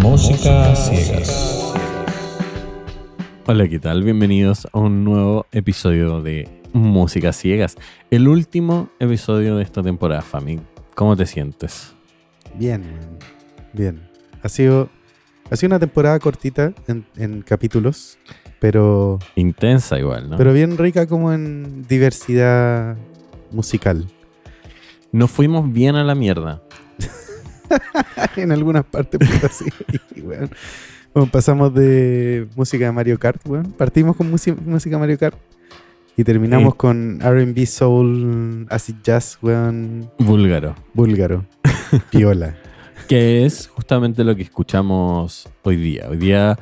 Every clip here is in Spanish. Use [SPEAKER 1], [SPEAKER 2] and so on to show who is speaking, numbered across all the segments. [SPEAKER 1] Música a ciegas.
[SPEAKER 2] Hola, ¿qué tal? Bienvenidos a un nuevo episodio de Música a Ciegas. El último episodio de esta temporada, Fami. ¿Cómo te sientes?
[SPEAKER 3] Bien, man. bien. Ha sido, ha sido una temporada cortita en, en capítulos, pero,
[SPEAKER 2] Intensa igual, ¿no?
[SPEAKER 3] pero bien rica como en diversidad musical
[SPEAKER 2] Nos fuimos bien a la mierda.
[SPEAKER 3] en algunas partes. puta, sí, weón. Bueno, pasamos de música de Mario Kart, weón. Partimos con musi- música Mario Kart y terminamos
[SPEAKER 2] Sí.
[SPEAKER 3] con RB, Soul, Acid Jazz, weón,
[SPEAKER 2] Búlgaro.
[SPEAKER 3] búlgaro, piola.
[SPEAKER 2] Que es justamente lo que escuchamos hoy día. Hoy día.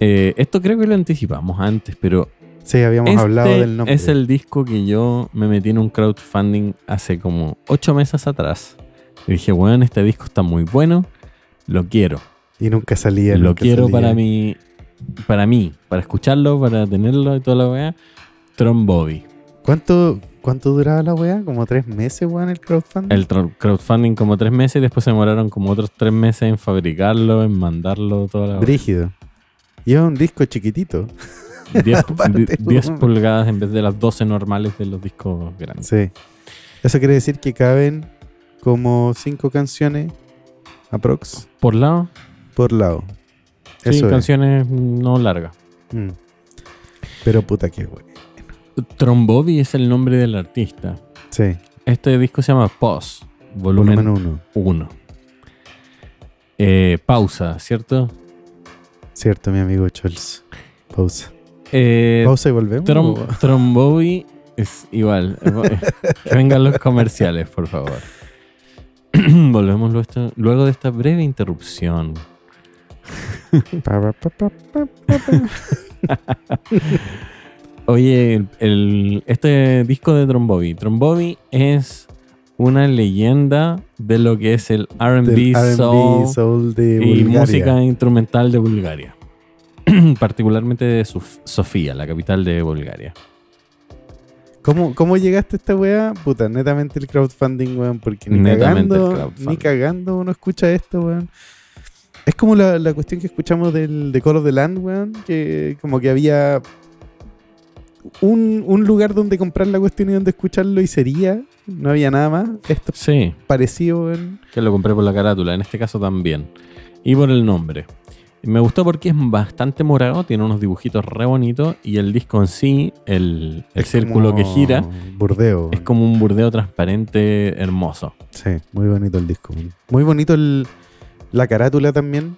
[SPEAKER 2] eh, esto creo que lo anticipamos antes, pero
[SPEAKER 3] Sí, habíamos
[SPEAKER 2] este
[SPEAKER 3] hablado del nombre.
[SPEAKER 2] es el disco que yo me metí en un crowdfunding hace como ocho meses atrás. Y dije, bueno, este disco está muy bueno, lo quiero.
[SPEAKER 3] Y nunca salía.
[SPEAKER 2] lo
[SPEAKER 3] nunca
[SPEAKER 2] quiero
[SPEAKER 3] salía.
[SPEAKER 2] para mí, para mí, para escucharlo, para tenerlo y toda la weá. Tron Bobby.
[SPEAKER 3] ¿Cuánto, ¿Cuánto duraba la weá? ¿Como tres meses, weón, el crowdfunding?
[SPEAKER 2] El tro- crowdfunding como tres meses y después se demoraron como otros tres meses en fabricarlo, en mandarlo, toda la weá.
[SPEAKER 3] Brígido. Y es un disco chiquitito.
[SPEAKER 2] Diez-
[SPEAKER 3] Aparte,
[SPEAKER 2] di- diez
[SPEAKER 3] weón.
[SPEAKER 2] pulgadas en vez de las 12 normales de los discos grandes.
[SPEAKER 3] Sí. Eso quiere decir que caben como cinco canciones aprox
[SPEAKER 2] Por lado,
[SPEAKER 3] por lado.
[SPEAKER 2] sí,
[SPEAKER 3] Eso es.
[SPEAKER 2] canciones no largas.
[SPEAKER 3] Mm. Pero puta que wey.
[SPEAKER 2] Trombobi es el nombre del artista.
[SPEAKER 3] Sí.
[SPEAKER 2] Este disco se llama Pause,
[SPEAKER 3] Volumen
[SPEAKER 2] volumen
[SPEAKER 3] 1,
[SPEAKER 2] 1. Eh, pausa, ¿cierto?
[SPEAKER 3] ¿cierto, mi amigo Chols? Pausa.
[SPEAKER 2] Eh,
[SPEAKER 3] Pausa y volvemos.
[SPEAKER 2] Trom- Trombobi es igual. que vengan los comerciales, por favor. Volvemos luego esto- luego de esta breve interrupción.
[SPEAKER 3] Pa, pa, pa, pa, pa, pa, pa.
[SPEAKER 2] Oye, el- el- este disco de Trombobi. Trombobi es una leyenda de lo que es el
[SPEAKER 3] Del
[SPEAKER 2] RB,
[SPEAKER 3] R&B,
[SPEAKER 2] soul,
[SPEAKER 3] soul de
[SPEAKER 2] y
[SPEAKER 3] Bulgaria.
[SPEAKER 2] música instrumental de Bulgaria. Particularmente de Sof- Sofía, la capital de Bulgaria.
[SPEAKER 3] ¿Cómo, ¿Cómo llegaste a esta weá? Puta, netamente el crowdfunding, weón, porque ni
[SPEAKER 2] Netamente el
[SPEAKER 3] cagando,
[SPEAKER 2] crowdfunding.
[SPEAKER 3] ni cagando uno escucha esto, weón. Es como la, la cuestión que escuchamos del de Call of the Land, weón, que como que había un, un lugar donde comprar la cuestión y donde escucharlo y sería, no había nada más. Esto es
[SPEAKER 2] Sí,
[SPEAKER 3] parecido, weón.
[SPEAKER 2] que lo compré por la carátula, en este caso también. Y por el nombre. Me gustó porque es bastante morado, tiene unos dibujitos re bonitos y el disco en sí, el, el
[SPEAKER 3] Es
[SPEAKER 2] círculo
[SPEAKER 3] como
[SPEAKER 2] que gira,
[SPEAKER 3] Burdeo.
[SPEAKER 2] es
[SPEAKER 3] weón.
[SPEAKER 2] como un burdeo transparente hermoso.
[SPEAKER 3] Sí, muy bonito el disco. weón. Muy bonito el, la carátula también.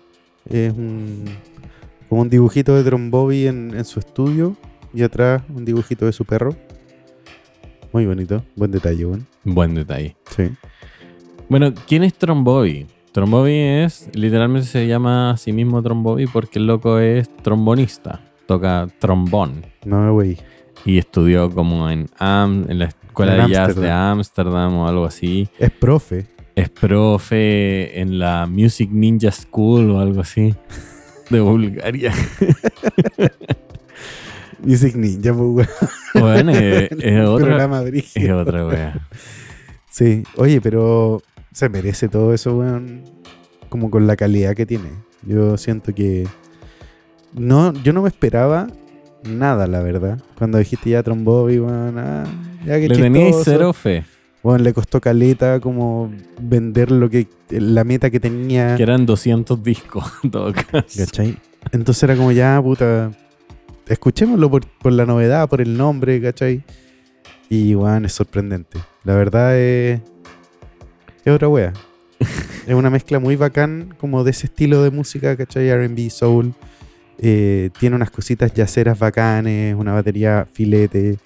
[SPEAKER 3] Es un, como un dibujito de Tron Bobby en, en su estudio. Y atrás un dibujito de su perro. Muy bonito. Buen detalle, weón.
[SPEAKER 2] Buen detalle.
[SPEAKER 3] Sí.
[SPEAKER 2] Bueno, ¿quién es Trombobi? Trombobi es, literalmente se llama a sí mismo Trombobi porque el loco es trombonista, toca trombón
[SPEAKER 3] No me voy.
[SPEAKER 2] y estudió como en, Am- en la escuela
[SPEAKER 3] En
[SPEAKER 2] de jazz de
[SPEAKER 3] Ámsterdam.
[SPEAKER 2] Ámsterdam o algo así.
[SPEAKER 3] Es profe.
[SPEAKER 2] Es profe en la Music Ninja School o algo así de Bulgaria.
[SPEAKER 3] Music Ninja, pues, weón.
[SPEAKER 2] Bueno, Eh, es, es
[SPEAKER 3] Un
[SPEAKER 2] otra,
[SPEAKER 3] Programa
[SPEAKER 2] es
[SPEAKER 3] brígido.
[SPEAKER 2] otra wea.
[SPEAKER 3] Sí. Oye, pero se merece todo eso, weón. Como con la calidad que tiene. Yo siento que. No, yo no me esperaba nada, la verdad. Cuando dijiste ya Trombobi, weón. ah, ya que
[SPEAKER 2] Le tenéis cero fe,
[SPEAKER 3] Bueno, le costó caleta como vender lo que. la meta que tenía.
[SPEAKER 2] que eran 200 discos en todo caso.
[SPEAKER 3] ¿Cachai? Entonces era como ya, puta. Escuchémoslo por, por la novedad, por el nombre, ¿cachai? Y weón, es sorprendente. La verdad es. Es otra wea. es una mezcla muy bacán, como de ese estilo de música, ¿cachai? RB, soul. Eh, tiene unas cositas yaceras bacanes, una batería filete.
[SPEAKER 2] Es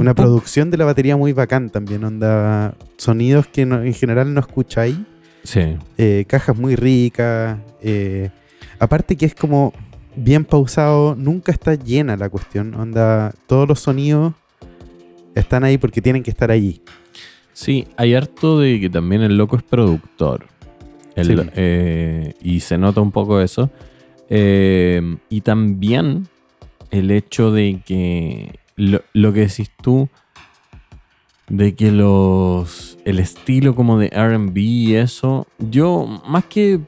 [SPEAKER 3] Una
[SPEAKER 2] un poco-
[SPEAKER 3] producción de la batería muy bacán también, onda. Sonidos que no- en general no escucháis
[SPEAKER 2] Sí.
[SPEAKER 3] eh, cajas muy ricas. eh, aparte que es como bien pausado, nunca está llena la cuestión. Onda, todos los sonidos están ahí porque tienen que estar allí.
[SPEAKER 2] Sí, hay harto de que también el loco es productor. El-
[SPEAKER 3] Sí.
[SPEAKER 2] eh, y se nota un poco eso. Eh, y también el hecho de que lo, lo que decís tú, de que los el estilo como de R&B y eso, yo más que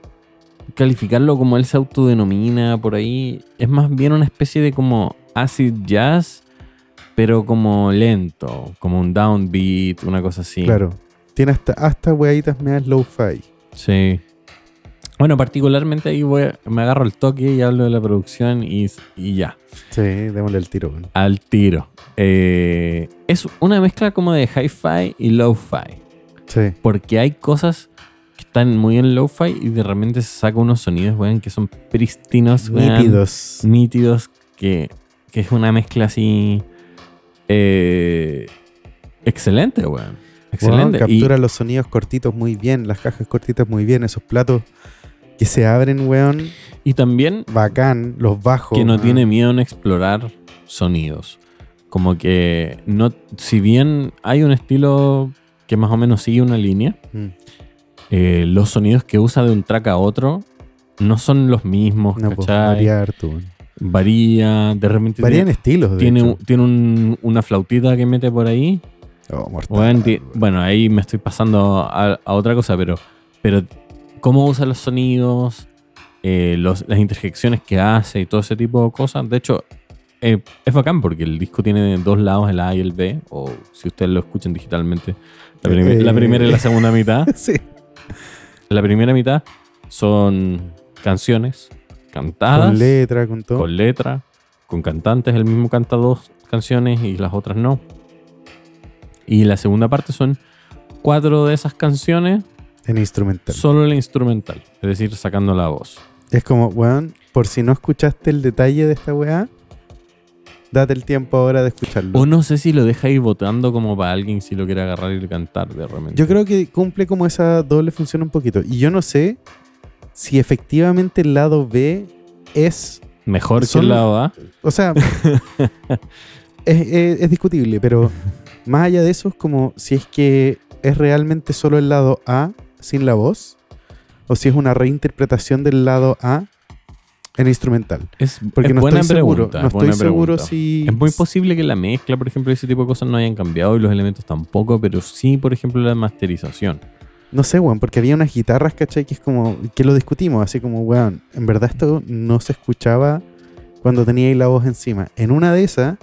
[SPEAKER 2] calificarlo como él se autodenomina por ahí, es más bien una especie de como acid jazz, pero como lento, como un downbeat, una cosa así.
[SPEAKER 3] Claro. Tiene hasta, hasta weaditas medias low-fi.
[SPEAKER 2] Sí. Bueno, particularmente ahí voy, a- me agarro el toque y hablo de la producción y, y ya.
[SPEAKER 3] Sí, démosle el tiro. weón.
[SPEAKER 2] al tiro. Eh, es una mezcla como de hi-fi y lo-fi.
[SPEAKER 3] Sí.
[SPEAKER 2] Porque hay cosas que están muy en lo-fi y de repente se saca unos sonidos, weón, que son prístinos, weón,
[SPEAKER 3] Nítidos.
[SPEAKER 2] Nítidos, que, que es una mezcla así. eh, excelente, weón. Excelente.
[SPEAKER 3] Weón,
[SPEAKER 2] Y-
[SPEAKER 3] captura los sonidos cortitos muy bien, las cajas cortitas muy bien, esos platos que se abren, weón,
[SPEAKER 2] y también
[SPEAKER 3] bacán, los Ah. bajos.
[SPEAKER 2] que no
[SPEAKER 3] weón.
[SPEAKER 2] tiene miedo en explorar sonidos. Como que no, si bien hay un estilo que más o menos sigue una línea,
[SPEAKER 3] Mm.
[SPEAKER 2] eh, los sonidos que usa de un track a otro no son los mismos,
[SPEAKER 3] No, pues,
[SPEAKER 2] ¿cachai?
[SPEAKER 3] varía harto, weón.
[SPEAKER 2] Varía, de repente
[SPEAKER 3] Varía en
[SPEAKER 2] tiene,
[SPEAKER 3] estilos, de
[SPEAKER 2] tiene,
[SPEAKER 3] hecho.
[SPEAKER 2] un- tiene un- una flautita que mete por ahí.
[SPEAKER 3] Oh, mortal,
[SPEAKER 2] Bueno, ti-
[SPEAKER 3] weón.
[SPEAKER 2] bueno, ahí me estoy pasando a, a otra cosa, pero, pero cómo usa los sonidos, eh, los- las interjecciones que hace y todo ese tipo de cosas. De hecho, eh, es bacán porque el disco tiene dos lados, el A y el B, o si ustedes lo escuchan digitalmente, la, prim-
[SPEAKER 3] Eh.
[SPEAKER 2] la primera y la segunda mitad.
[SPEAKER 3] Sí.
[SPEAKER 2] La primera mitad son canciones cantadas,
[SPEAKER 3] Con letra, ¿Ah? con todo.
[SPEAKER 2] con letra, con cantantes. El mismo canta dos canciones y las otras no. Y la segunda parte son cuatro de esas canciones,
[SPEAKER 3] En instrumental.
[SPEAKER 2] solo la instrumental, es decir, sacando la voz.
[SPEAKER 3] Es como, weón, por si no escuchaste el detalle de esta weá, date el tiempo ahora de escucharlo.
[SPEAKER 2] O no sé si lo deja ir votando como para alguien si lo quiere agarrar y cantar de repente.
[SPEAKER 3] Yo creo que cumple como esa doble función un poquito. Y yo no sé si efectivamente el lado B es.
[SPEAKER 2] Mejor que
[SPEAKER 3] son-
[SPEAKER 2] el lado A.
[SPEAKER 3] O sea, es, es- es discutible, pero más allá de eso, es como si es que es realmente solo el lado A sin la voz, o si es una reinterpretación del lado A en instrumental.
[SPEAKER 2] Es,
[SPEAKER 3] Porque
[SPEAKER 2] es
[SPEAKER 3] no
[SPEAKER 2] buena
[SPEAKER 3] estoy seguro.
[SPEAKER 2] pregunta,
[SPEAKER 3] no
[SPEAKER 2] es buena
[SPEAKER 3] estoy seguro
[SPEAKER 2] pregunta.
[SPEAKER 3] si.
[SPEAKER 2] Es muy posible que la mezcla, por ejemplo, ese tipo de cosas no hayan cambiado y los elementos tampoco, pero sí, por ejemplo, la masterización.
[SPEAKER 3] No sé, weón, porque había unas guitarras, ¿cachai? Que es como, que lo discutimos, así como, weón, en verdad esto no se escuchaba cuando tenía ahí la voz encima. En una de esas,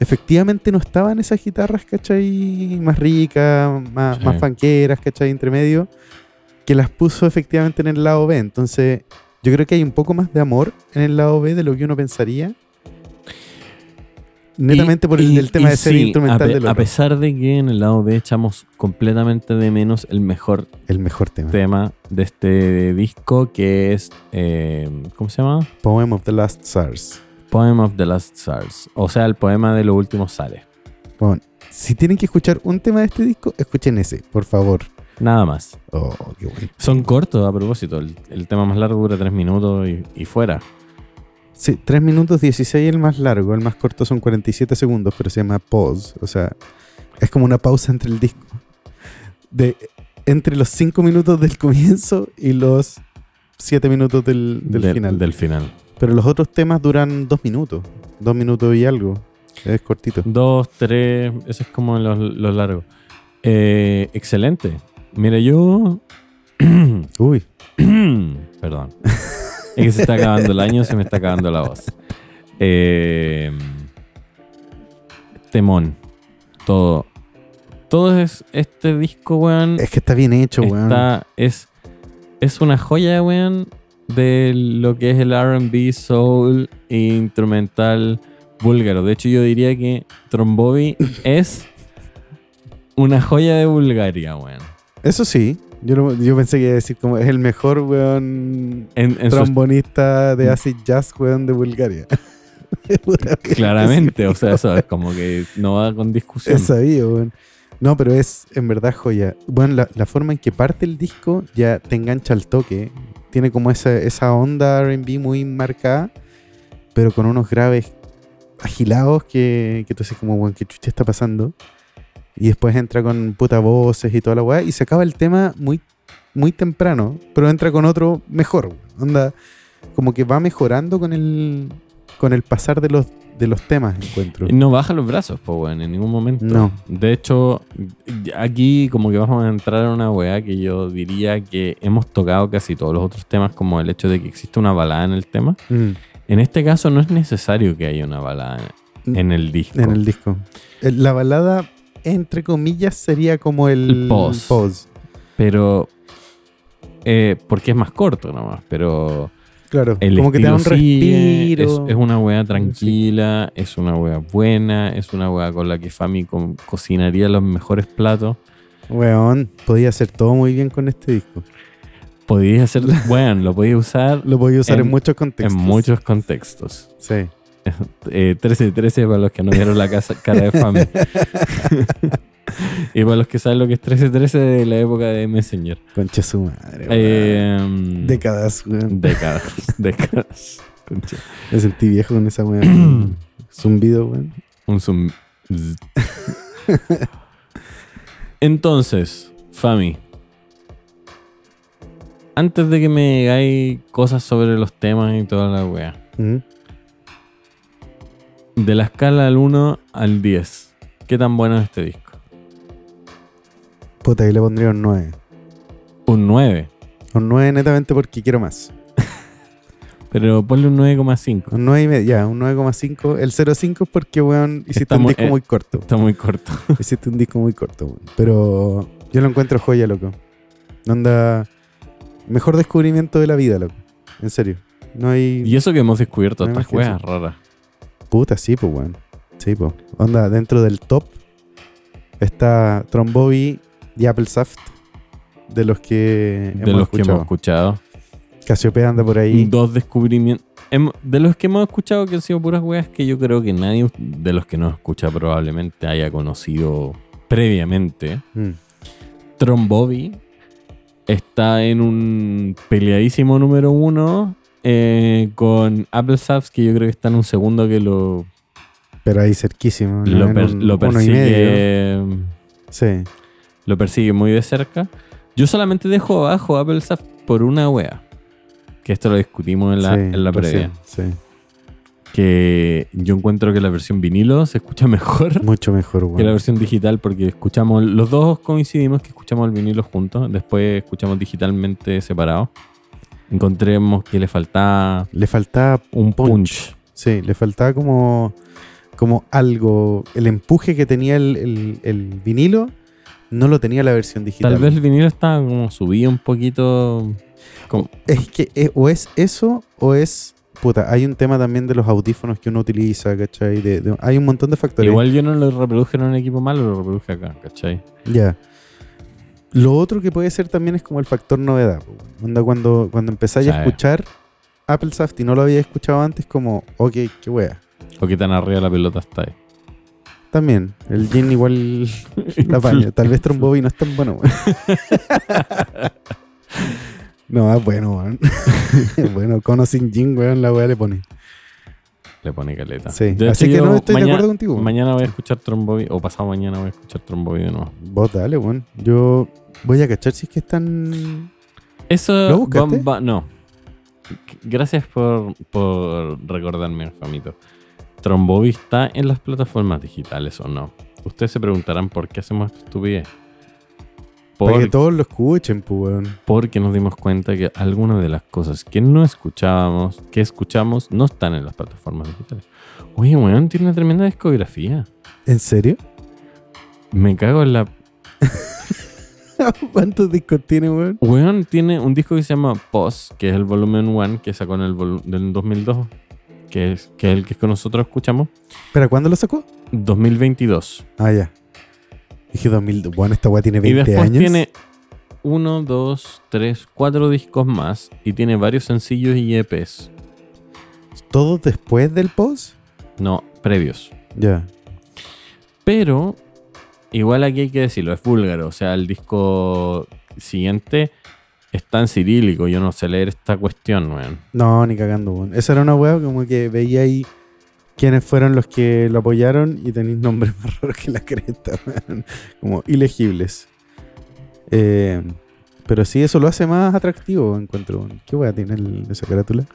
[SPEAKER 3] efectivamente no estaban esas guitarras, ¿cachai? Más ricas, más,
[SPEAKER 2] Sí.
[SPEAKER 3] más fanqueras, ¿cachai? Entre medio, que las puso efectivamente en el lado B. Entonces, yo creo que hay un poco más de amor en el lado B de lo que uno pensaría. Netamente por el,
[SPEAKER 2] Y-
[SPEAKER 3] el tema
[SPEAKER 2] y
[SPEAKER 3] de ser
[SPEAKER 2] sí, a,
[SPEAKER 3] instrumental
[SPEAKER 2] pe-
[SPEAKER 3] del
[SPEAKER 2] a
[SPEAKER 3] otro.
[SPEAKER 2] pesar de que en el lado B echamos completamente de menos el mejor
[SPEAKER 3] El mejor tema.
[SPEAKER 2] tema de este disco, que es. eh, ¿Cómo se llama?
[SPEAKER 3] Poem of the Last SARS.
[SPEAKER 2] Poem of the Last Stars. O sea, el poema de los últimos sales.
[SPEAKER 3] Bueno, si tienen que escuchar un tema de este disco, escuchen ese, por favor.
[SPEAKER 2] Nada más.
[SPEAKER 3] Oh, qué bueno.
[SPEAKER 2] Son cortos a propósito. El, el tema más largo dura tres minutos y, y fuera.
[SPEAKER 3] Sí, 3 minutos 16 el más largo, el más corto son 47 segundos, pero se llama pause. O sea, es como una pausa entre el disco. De, entre los 5 minutos del comienzo y los 7 minutos del, del
[SPEAKER 2] Del-
[SPEAKER 3] final.
[SPEAKER 2] Del final.
[SPEAKER 3] Pero los otros temas duran 2 minutos, 2 minutos y algo. Es cortito.
[SPEAKER 2] Dos, tres, eso es como los los largos. Eh, excelente. Mira, yo.
[SPEAKER 3] Uy,
[SPEAKER 2] Perdón. Es que se está acabando el año, se me está acabando la voz. Eh, temón. Todo. Todo es este disco, weón.
[SPEAKER 3] es que está bien hecho, weón.
[SPEAKER 2] está- es, es una joya, weón, de lo que es el RB, soul e instrumental búlgaro. De hecho, yo diría que Trombovi es una joya de Bulgaria, weón.
[SPEAKER 3] Eso sí, yo, lo- yo pensé que iba a decir como es el mejor, weón.
[SPEAKER 2] En, en su
[SPEAKER 3] trombonista de acid jazz, weón, de Bulgaria. Puta, weón,
[SPEAKER 2] Claramente, o sea, eso es como que no va con discusión.
[SPEAKER 3] Es sabido, weón. No, pero es en verdad joya. Bueno, la, la forma en que parte el disco ya te engancha al toque. Tiene como esa, esa onda RB muy marcada, pero con unos graves agilados que, que tú dices como, weón, qué chucha está pasando. Y después entra con puta voces y toda la weá. Y se acaba el tema muy, muy temprano, pero entra con otro mejor. weón. Onda, como que va mejorando con el, con el pasar de los, de los temas, encuentro.
[SPEAKER 2] No baja los brazos, po, weón, en ningún momento.
[SPEAKER 3] No.
[SPEAKER 2] De hecho, aquí como que vamos a entrar a una weá que yo diría que hemos tocado casi todos los otros temas, como el hecho de que existe una balada en el tema.
[SPEAKER 3] Mm,
[SPEAKER 2] En este caso no es necesario que haya una balada en el disco.
[SPEAKER 3] Mm. en el disco. El- La balada, entre comillas, sería como el,
[SPEAKER 2] El pause. Pero... eh, porque es más corto nomás, pero...
[SPEAKER 3] Claro,
[SPEAKER 2] El
[SPEAKER 3] como que te da un
[SPEAKER 2] estilo sigue,
[SPEAKER 3] respiro.
[SPEAKER 2] Es, es una wea tranquila, es una wea buena, es una wea con la que Famicom cocinaría los mejores platos.
[SPEAKER 3] Weón, podía hacer todo muy bien con este disco.
[SPEAKER 2] Podías hacer, bueno, lo podías usar
[SPEAKER 3] Lo podía usar en,
[SPEAKER 2] En-
[SPEAKER 3] muchos contextos.
[SPEAKER 2] en muchos contextos.
[SPEAKER 3] Sí.
[SPEAKER 2] Eh, 13-13 para los que no vieron la casa- cara de Fami. y para los que saben lo que es 13-13 de la época de Messenger.
[SPEAKER 3] Concha su madre. weón.
[SPEAKER 2] Eh,
[SPEAKER 3] Décadas, weón.
[SPEAKER 2] décadas. Décadas. Concha.
[SPEAKER 3] Me sentí viejo con esa weá. Zumbido, weón.
[SPEAKER 2] Un zum- zzz. Entonces, Fami. Antes de que me digáis cosas sobre los temas y toda la wea.
[SPEAKER 3] Mm.
[SPEAKER 2] De la escala del 1 al 10. ¿Qué tan bueno es este disco?
[SPEAKER 3] Puta, yo le pondría un 9.
[SPEAKER 2] Un 9.
[SPEAKER 3] Un 9 netamente porque quiero más.
[SPEAKER 2] Pero ponle un 9,5.
[SPEAKER 3] Un 9 y medio, ya, un 9,5. El 0,5 es porque, weón, hiciste un
[SPEAKER 2] Estamos-
[SPEAKER 3] disco
[SPEAKER 2] eh.
[SPEAKER 3] muy corto.
[SPEAKER 2] Está muy corto.
[SPEAKER 3] Hiciste un disco muy corto, weón. Pero yo lo encuentro joya, loco. Onda. Mejor descubrimiento de la vida, loco. En serio. No hay.
[SPEAKER 2] Y eso que hemos descubierto,
[SPEAKER 3] No
[SPEAKER 2] estas
[SPEAKER 3] imagino
[SPEAKER 2] juegas raras.
[SPEAKER 3] Puta, sí, pues, weón. Sí, pues. Onda, dentro del top está Trombobi y Applesaft. De los que
[SPEAKER 2] De los que hemos escuchado.
[SPEAKER 3] Casiopea anda por ahí.
[SPEAKER 2] Dos descubrimientos. Hem- De los que hemos escuchado que han sido puras weas que yo creo que nadie de los que nos escucha probablemente haya conocido previamente.
[SPEAKER 3] Mm.
[SPEAKER 2] Trombobi está en un peleadísimo número uno eh, con Apple Saps, que yo creo que está en un segundo que lo,
[SPEAKER 3] Pero ahí cerquísimo. ¿no?
[SPEAKER 2] lo,
[SPEAKER 3] En
[SPEAKER 2] per-
[SPEAKER 3] un-
[SPEAKER 2] lo
[SPEAKER 3] uno y medio.
[SPEAKER 2] persigue.
[SPEAKER 3] Sí.
[SPEAKER 2] Lo persigue muy de cerca. Yo solamente dejo abajo a Apple Saps por una wea. Que esto lo discutimos en la,
[SPEAKER 3] sí,
[SPEAKER 2] en la previa.
[SPEAKER 3] recién, sí.
[SPEAKER 2] que yo encuentro que la versión vinilo se escucha mejor
[SPEAKER 3] Mucho mejor,
[SPEAKER 2] que la
[SPEAKER 3] weón.
[SPEAKER 2] versión digital porque escuchamos, los dos coincidimos que escuchamos el vinilo juntos, después escuchamos digitalmente separado. Encontremos que le faltaba
[SPEAKER 3] Le faltaba.
[SPEAKER 2] un punch.
[SPEAKER 3] Sí, le faltaba como. Como algo. El empuje que tenía el, el- el vinilo no lo tenía la versión digital.
[SPEAKER 2] Tal vez el vinilo estaba como subido un poquito. como-
[SPEAKER 3] Es que eh, o es eso o es. Puta, hay un tema también de los audífonos que uno utiliza, ¿cachai? De- de- hay un montón de factores.
[SPEAKER 2] igual yo no lo reproduje en un equipo malo, lo reproduje acá, ¿cachai?
[SPEAKER 3] Ya. Lo otro que puede ser también es como el factor novedad. po, weón. Onda, cuando, cuando empezáis
[SPEAKER 2] Sí.
[SPEAKER 3] a escuchar Apple Saft y no lo había escuchado antes, como, ok, qué wea.
[SPEAKER 2] O que tan arriba la pelota está ahí.
[SPEAKER 3] También, el gin igual la apaña. Tal vez Trombobi no es tan bueno, weón. No, es bueno, weón. bueno, con o sin gin, weón, la wea le pone.
[SPEAKER 2] Le pone caleta.
[SPEAKER 3] Sí.
[SPEAKER 2] De
[SPEAKER 3] Así
[SPEAKER 2] hecho,
[SPEAKER 3] que
[SPEAKER 2] yo
[SPEAKER 3] no estoy de
[SPEAKER 2] maña-
[SPEAKER 3] acuerdo contigo. weón.
[SPEAKER 2] Mañana voy a escuchar Trombobi, o pasado mañana voy a escuchar Trombobi de nuevo.
[SPEAKER 3] Vos dale, weón. Yo voy a cachar si es que están.
[SPEAKER 2] Eso
[SPEAKER 3] ¿Lo buscaste?
[SPEAKER 2] va- va- no. Gracias por, por recordarme, Famito. Trombobi está en las plataformas digitales o no. Ustedes se preguntarán por qué hacemos esta estupidez.
[SPEAKER 3] Para que
[SPEAKER 2] Por-
[SPEAKER 3] todos lo escuchen, pues, weón.
[SPEAKER 2] porque nos dimos cuenta que algunas de las cosas que no escuchábamos, que escuchamos, no están en las plataformas digitales. Oye, weón, tiene una tremenda discografía.
[SPEAKER 3] ¿En serio?
[SPEAKER 2] Me cago en la.
[SPEAKER 3] ¿Cuántos discos tiene, weón?
[SPEAKER 2] Weón tiene un disco que se llama Pause, que es el volumen 1 que sacó en el volu- del 2002, que es, que es el que nosotros escuchamos.
[SPEAKER 3] ¿Pero cuándo lo sacó?
[SPEAKER 2] 2022.
[SPEAKER 3] Ah, ya. Dije 2000. Bueno, esta weá tiene
[SPEAKER 2] Y
[SPEAKER 3] 20
[SPEAKER 2] después
[SPEAKER 3] años.
[SPEAKER 2] tiene 1, 2, 3, 4 discos más y tiene varios sencillos y E EPs.
[SPEAKER 3] ¿Todos después del post?
[SPEAKER 2] No, previos.
[SPEAKER 3] Ya.
[SPEAKER 2] Pero, igual aquí hay que decirlo, es búlgaro. O sea, el disco siguiente está en cirílico. Yo no sé leer esta cuestión, weón.
[SPEAKER 3] No, ni cagando, weón. Esa era una weá como que veía ahí quiénes fueron los que lo apoyaron y tenéis nombres más raros que la cresta, weón. Como ilegibles. Eh, pero sí, eso lo hace más atractivo, encuentro. weón. ¿Qué weá tiene el- esa carátula?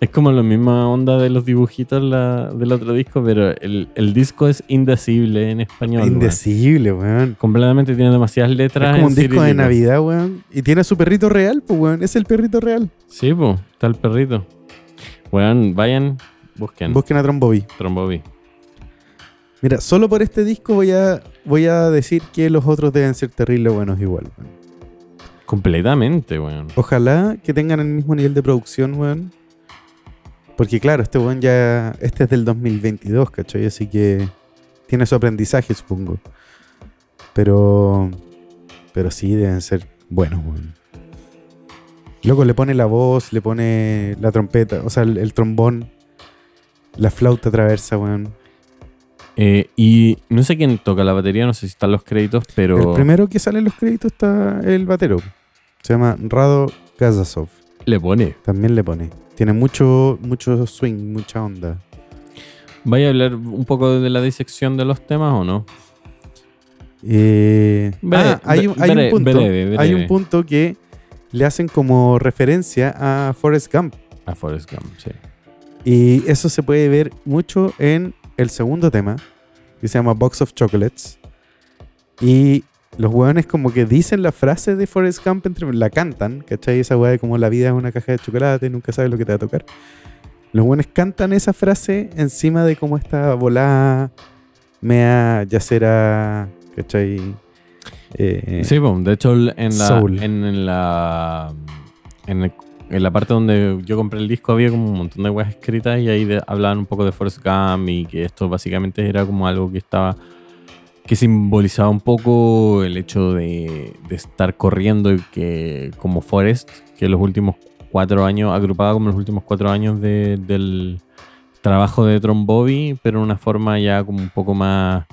[SPEAKER 2] Es como la misma onda de los dibujitos la- del otro disco, pero el, el disco es indecible en español. weón.
[SPEAKER 3] Indecible, weón.
[SPEAKER 2] Completamente tiene demasiadas letras.
[SPEAKER 3] Es como
[SPEAKER 2] en
[SPEAKER 3] un disco de
[SPEAKER 2] cirílico.
[SPEAKER 3] Navidad, weón. Y tiene a su perrito real, pues, weón. Es el perrito real.
[SPEAKER 2] Sí, pues, está el perrito. Weón, vayan, busquen.
[SPEAKER 3] Busquen a Trombovi.
[SPEAKER 2] Trombovi.
[SPEAKER 3] Mira, solo por este disco voy a, voy a decir que los otros deben ser terribles buenos igual, weón.
[SPEAKER 2] Completamente, weón.
[SPEAKER 3] Ojalá que tengan el mismo nivel de producción, weón. Porque claro, este weón ya. Este es del 2022, ¿cachai? Así que. Tiene su aprendizaje, supongo. Pero. Pero sí, deben ser buenos, weón. Loco, le pone la voz, le pone la trompeta, o sea, el, el trombón, la flauta traversa, weón.
[SPEAKER 2] Eh, y no sé quién toca la batería, no sé si están los créditos, pero.
[SPEAKER 3] El primero que sale en los créditos está el batero. Se llama Rado Gazasov.
[SPEAKER 2] Le pone.
[SPEAKER 3] También le pone. Tiene mucho, mucho swing, mucha onda.
[SPEAKER 2] ¿Vaya a hablar un poco de la disección de los temas o no?
[SPEAKER 3] Eh,
[SPEAKER 2] Breve,
[SPEAKER 3] ah, hay, un- hay
[SPEAKER 2] breve,
[SPEAKER 3] un punto,
[SPEAKER 2] breve, breve.
[SPEAKER 3] hay un punto que le hacen como referencia a Forrest Gump.
[SPEAKER 2] A Forrest Gump, sí.
[SPEAKER 3] Y eso se puede ver mucho en el segundo tema, que se llama Box of Chocolates. Y los hueones como que dicen la frase de Forrest Gump, entre, la cantan, ¿cachai? Esa hueá de como la vida es una caja de chocolate, nunca sabes lo que te va a tocar. Los hueones cantan esa frase encima de como esta volada mea yacera, ¿cachai? Eh,
[SPEAKER 2] Sí, pues, de hecho el- en la,
[SPEAKER 3] Soul.
[SPEAKER 2] en, en la en, el- en la parte donde yo compré el disco había como un montón de weas escritas y ahí de- hablaban un poco de Forrest Gump y que esto básicamente era como algo que estaba que simbolizaba un poco el hecho de, de estar corriendo y que como Forrest, que los últimos cuatro años, agrupaba como los últimos cuatro años de- del trabajo de Tron Bobby, pero en una forma ya como un poco más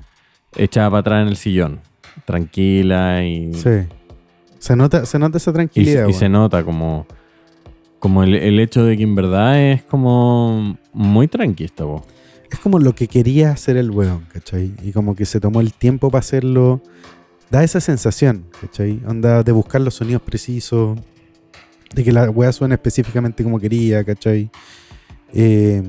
[SPEAKER 2] echada para atrás en el sillón, tranquila y
[SPEAKER 3] sí. Se nota, se nota
[SPEAKER 2] y,
[SPEAKER 3] esa
[SPEAKER 2] se-
[SPEAKER 3] tranquilidad.
[SPEAKER 2] y se
[SPEAKER 3] hueón.
[SPEAKER 2] nota como, como el, el hecho de que en verdad es como muy tranquista, vos.
[SPEAKER 3] es como lo que quería hacer el weón, ¿cachai? Y como que se tomó el tiempo para hacerlo. Da esa sensación, ¿cachai? Onda de buscar los sonidos precisos, de que la weá suena específicamente como quería, ¿cachai? Eh,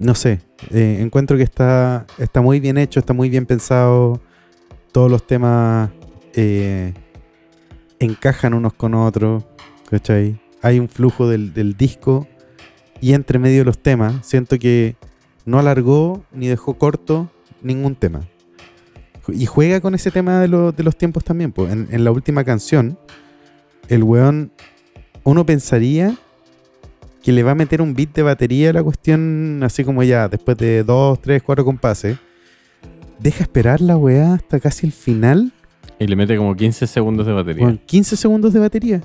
[SPEAKER 3] no sé, eh, encuentro que está, está muy bien hecho, está muy bien pensado. Todos los temas eh, encajan unos con otros, ¿cachai? Hay un flujo del, del disco y entre medio de los temas. Siento que no alargó ni dejó corto ningún tema. Y juega con ese tema de, lo- de los tiempos también. pues. En, en la última canción, el weón, uno pensaría que le va a meter un beat de batería a la cuestión, así como ya, después de dos, tres, cuatro compases. Deja esperar la weá hasta casi el final,
[SPEAKER 2] Y le mete como 15 segundos de batería.
[SPEAKER 3] con 15 segundos de batería.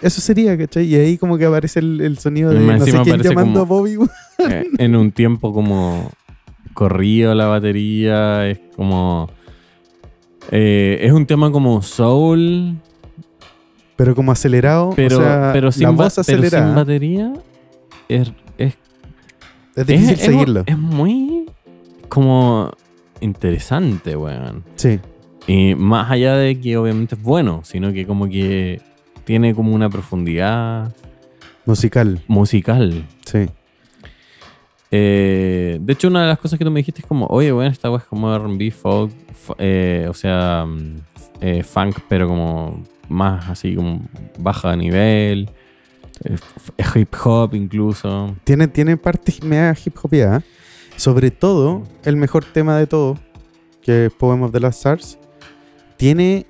[SPEAKER 3] Eso sería, ¿cachai? Y ahí como que aparece el, el sonido de
[SPEAKER 2] Y más
[SPEAKER 3] no sé
[SPEAKER 2] encima
[SPEAKER 3] quién
[SPEAKER 2] aparece
[SPEAKER 3] llamando
[SPEAKER 2] como-
[SPEAKER 3] a Bobby.
[SPEAKER 2] Eh, en un tiempo como corrido la batería, es como... eh, es un tema como soul,
[SPEAKER 3] Pero como acelerado,
[SPEAKER 2] pero,
[SPEAKER 3] o sea,
[SPEAKER 2] pero, sin,
[SPEAKER 3] la
[SPEAKER 2] ba-
[SPEAKER 3] voz
[SPEAKER 2] pero
[SPEAKER 3] acelerada.
[SPEAKER 2] sin batería es, es,
[SPEAKER 3] Es difícil
[SPEAKER 2] es- es-
[SPEAKER 3] seguirlo.
[SPEAKER 2] es muy como interesante, weón.
[SPEAKER 3] sí.
[SPEAKER 2] Y más allá de que obviamente es bueno, sino que como que tiene como una profundidad
[SPEAKER 3] Musical,
[SPEAKER 2] musical.
[SPEAKER 3] sí.
[SPEAKER 2] Eh, de hecho, una de las cosas que tú me dijiste es como, oye, bueno, esta wea es como RB, folk, f- eh, o sea, mm, eh, funk, pero como más así, como baja de nivel, eh, f- f- hip hop incluso.
[SPEAKER 3] Tiene, tiene partes mega hip hopeadas. Sobre todo, el mejor tema de todo, que es Poem of the Last Stars, tiene.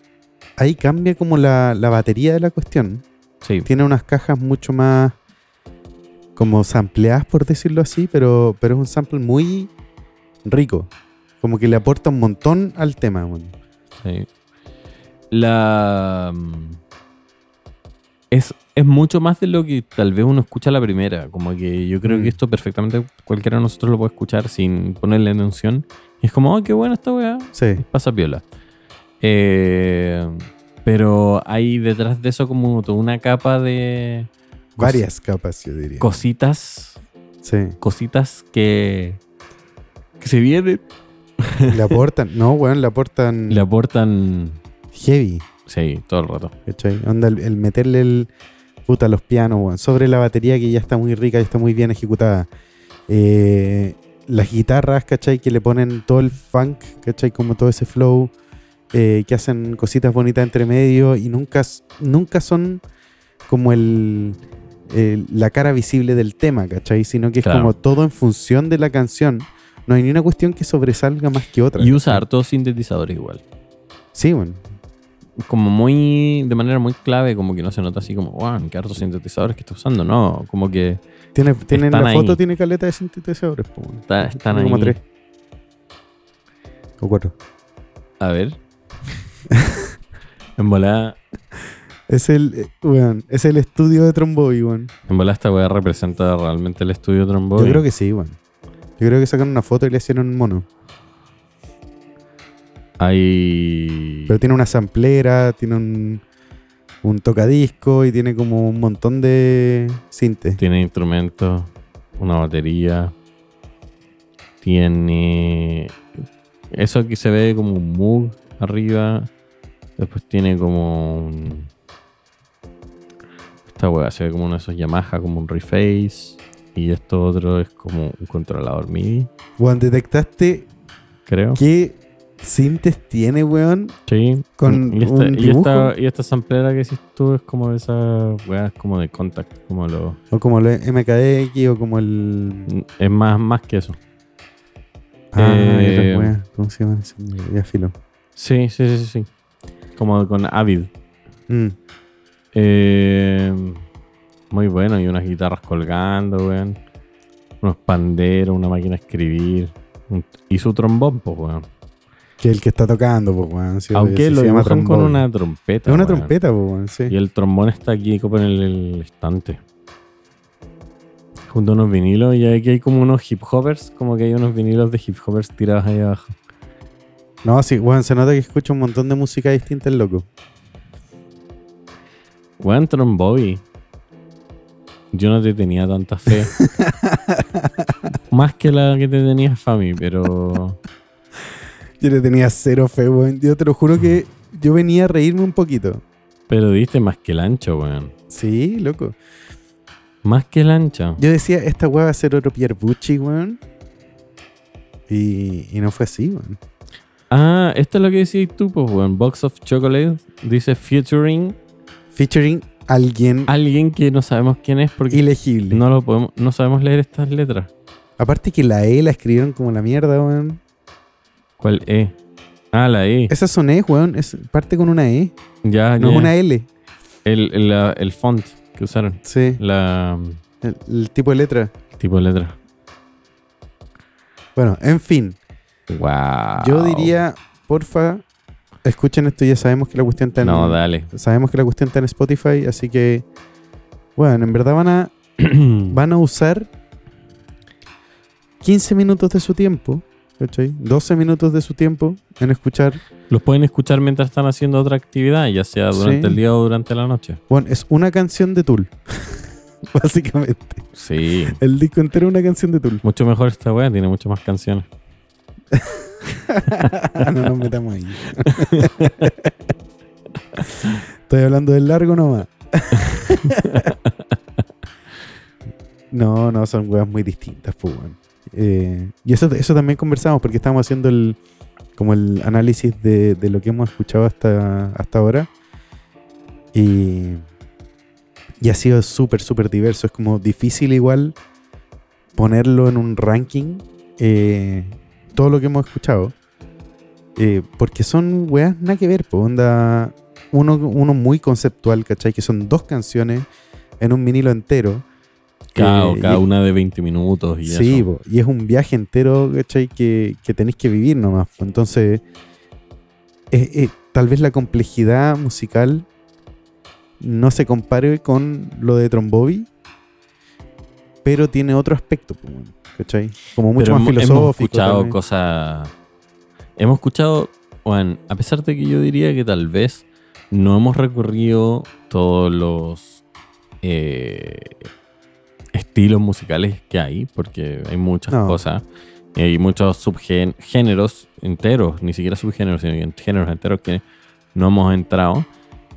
[SPEAKER 3] Ahí cambia como la, la batería de la cuestión.
[SPEAKER 2] Sí,
[SPEAKER 3] Tiene unas cajas mucho más. como sampleadas, por decirlo así, pero, pero es un sample muy rico. Como que le aporta un montón al tema, bueno.
[SPEAKER 2] sí. La. mm, Es, es mucho más de lo que tal vez uno escucha a la primera. Como que yo creo
[SPEAKER 3] Mm.
[SPEAKER 2] que esto perfectamente cualquiera de nosotros lo puede escuchar sin ponerle atención. Y es como, oh, qué buena esta weá.
[SPEAKER 3] Sí.
[SPEAKER 2] pasa piola. Eh, pero hay detrás de eso como toda una capa de
[SPEAKER 3] Varias capas, yo diría.
[SPEAKER 2] cositas,
[SPEAKER 3] Sí.
[SPEAKER 2] cositas que, que se vienen,
[SPEAKER 3] Le aportan. no, weón, le aportan
[SPEAKER 2] le aportan,
[SPEAKER 3] heavy.
[SPEAKER 2] sí, todo el rato.
[SPEAKER 3] ¿Cachai? Onda, el, el meterle el, Puta, los pianos, weón. Sobre la batería que ya está muy rica y está muy bien ejecutada. Eh, las guitarras, ¿cachai? Que le ponen todo el funk, ¿cachai? Como todo ese flow. eh, que hacen cositas bonitas entre medio y nunca, s- nunca son como el, el- la cara visible del tema, ¿cachai? Sino que es
[SPEAKER 2] Claro.
[SPEAKER 3] como todo en función de la canción. No hay ni una cuestión que sobresalga más que otra.
[SPEAKER 2] Y usa hartos sintetizadores igual.
[SPEAKER 3] Sí, bueno.
[SPEAKER 2] Como muy. de manera muy clave, como que no se nota así como, wow, qué hartos sintetizadores que está usando. No, como que
[SPEAKER 3] Tiene, tiene en
[SPEAKER 2] Están
[SPEAKER 3] la foto
[SPEAKER 2] ahí.
[SPEAKER 3] tiene caleta de sintetizadores, po, weón.
[SPEAKER 2] está- están ahí.
[SPEAKER 3] Como tres. O cuatro.
[SPEAKER 2] A ver. en volada.
[SPEAKER 3] Es el, eh, weón, es el estudio de Tromboy, weón.
[SPEAKER 2] En volada esta weá representa realmente el estudio trombón.
[SPEAKER 3] Yo creo que sí, weón. Yo creo que sacaron una foto y le hicieron un mono.
[SPEAKER 2] Hay.
[SPEAKER 3] Pero tiene una samplera, tiene un, un tocadisco y tiene como un montón de cintes.
[SPEAKER 2] Tiene instrumentos, una batería. Tiene. Eso que se ve como un Moog arriba. Después tiene como un. Esta hueá se ve como uno de esos Yamaha, como un reface. Y esto otro es como un controlador MIDI,
[SPEAKER 3] Weón, detectaste
[SPEAKER 2] creo.
[SPEAKER 3] qué cintes tiene, weón.
[SPEAKER 2] Sí.
[SPEAKER 3] Con
[SPEAKER 2] y, esta,
[SPEAKER 3] un
[SPEAKER 2] y, esta,
[SPEAKER 3] dibujo.
[SPEAKER 2] y esta samplera que decís tú es como de esas weas como de contact, como lo.
[SPEAKER 3] O como el MKX o como el.
[SPEAKER 2] Es más, más que eso.
[SPEAKER 3] Ah,
[SPEAKER 2] Eh,
[SPEAKER 3] y otras weas. ¿Cómo se llama? ese? Ya filo.
[SPEAKER 2] Sí, sí, sí, sí. sí. Como con Avid.
[SPEAKER 3] Mm.
[SPEAKER 2] Eh, muy bueno, y unas guitarras colgando, weón. Unos panderos, una máquina de escribir. un- y su trombón, pues, weón.
[SPEAKER 3] Que el que está tocando, pues, weón. Sí,
[SPEAKER 2] Aunque
[SPEAKER 3] sí,
[SPEAKER 2] lo
[SPEAKER 3] se llama
[SPEAKER 2] dibujan con
[SPEAKER 3] trombón.
[SPEAKER 2] una trompeta.
[SPEAKER 3] Es una
[SPEAKER 2] weón.
[SPEAKER 3] trompeta, pues, weón. Sí.
[SPEAKER 2] Y el trombón está aquí como en el, el estante. Junto a unos vinilos. Y aquí hay como unos hip hoppers. Como que hay unos vinilos de hip hoppers tirados ahí abajo.
[SPEAKER 3] No, sí, weón, se nota que escucha un montón de música distinta el loco.
[SPEAKER 2] Weón, Tromboy. Yo no te tenía tanta fe. Más que la que te tenía Fami, pero.
[SPEAKER 3] Yo le tenía cero fe, weón. Yo te lo juro que yo venía a reírme un poquito.
[SPEAKER 2] Pero diste más que el ancho, weón.
[SPEAKER 3] Sí, loco.
[SPEAKER 2] Más que el ancho.
[SPEAKER 3] Yo decía, esta weá va a ser otro Pierbucci, weón. Y, y no fue así, weón.
[SPEAKER 2] Ah, esto es lo que decías tú, pues, weón. Box of Chocolate dice featuring
[SPEAKER 3] Featuring alguien
[SPEAKER 2] alguien que Ah, no sabemos quién es porque
[SPEAKER 3] ilegible.
[SPEAKER 2] no lo podemos, no sabemos leer estas letras.
[SPEAKER 3] Aparte que la E la escribieron como la mierda, weón.
[SPEAKER 2] ¿Cuál E? Ah, la E.
[SPEAKER 3] Esas son E, weón. Es parte con una E.
[SPEAKER 2] ya,
[SPEAKER 3] No
[SPEAKER 2] ya.
[SPEAKER 3] es una L.
[SPEAKER 2] El, el- la- el font que usaron.
[SPEAKER 3] Sí.
[SPEAKER 2] La mm,
[SPEAKER 3] El, el tipo de letra.
[SPEAKER 2] tipo de letra.
[SPEAKER 3] Bueno, en fin.
[SPEAKER 2] Wow.
[SPEAKER 3] Yo diría, porfa, escuchen esto. Ya sabemos que la cuestión está en,
[SPEAKER 2] No, dale.
[SPEAKER 3] sabemos que la cuestión está en Spotify, así que, bueno, en verdad van a, van a usar 15 minutos de su tiempo, ¿cachai? 12 minutos de su tiempo en escuchar.
[SPEAKER 2] Los pueden escuchar mientras están haciendo otra actividad, ya sea durante
[SPEAKER 3] Sí.
[SPEAKER 2] el día o durante la noche.
[SPEAKER 3] Bueno, es una canción de Tool, básicamente.
[SPEAKER 2] Sí.
[SPEAKER 3] El disco entero es una canción de Tool.
[SPEAKER 2] Mucho mejor esta weá, tiene muchas más canciones.
[SPEAKER 3] no nos metamos ahí. Estoy hablando del largo nomás. no, no, son weas muy distintas, pues, weón. Eh, y eso, eso también conversamos, porque estábamos haciendo el, como el análisis de, de lo que hemos escuchado hasta, hasta ahora. Y, y ha sido súper, súper diverso. Es como difícil igual ponerlo en un ranking. eh, todo lo que hemos escuchado. Eh, porque son weas nada que ver, po, onda. Uno, uno muy conceptual, ¿cachai? Que son dos canciones en un vinilo entero.
[SPEAKER 2] Cada,
[SPEAKER 3] Eh,
[SPEAKER 2] cada
[SPEAKER 3] y-
[SPEAKER 2] una de 20 minutos y
[SPEAKER 3] Sí,
[SPEAKER 2] eso.
[SPEAKER 3] po, y es un viaje entero, ¿cachai? Que, que tenéis que vivir nomás. po. Entonces, eh, eh, tal vez la complejidad musical no se compare con lo de Trombobi, pero tiene otro aspecto, po, bueno, ¿cachai? Como mucho
[SPEAKER 2] Pero
[SPEAKER 3] más
[SPEAKER 2] hemo-
[SPEAKER 3] filosófico.
[SPEAKER 2] Hemos escuchado
[SPEAKER 3] también.
[SPEAKER 2] cosas. Hemos escuchado, Juan, a pesar de que yo diría que tal vez no hemos recorrido todos los eh, estilos musicales que hay, porque hay muchas
[SPEAKER 3] No.
[SPEAKER 2] cosas. Y hay muchos subgéneros enteros, ni siquiera subgéneros, sino que géneros enteros que no hemos entrado.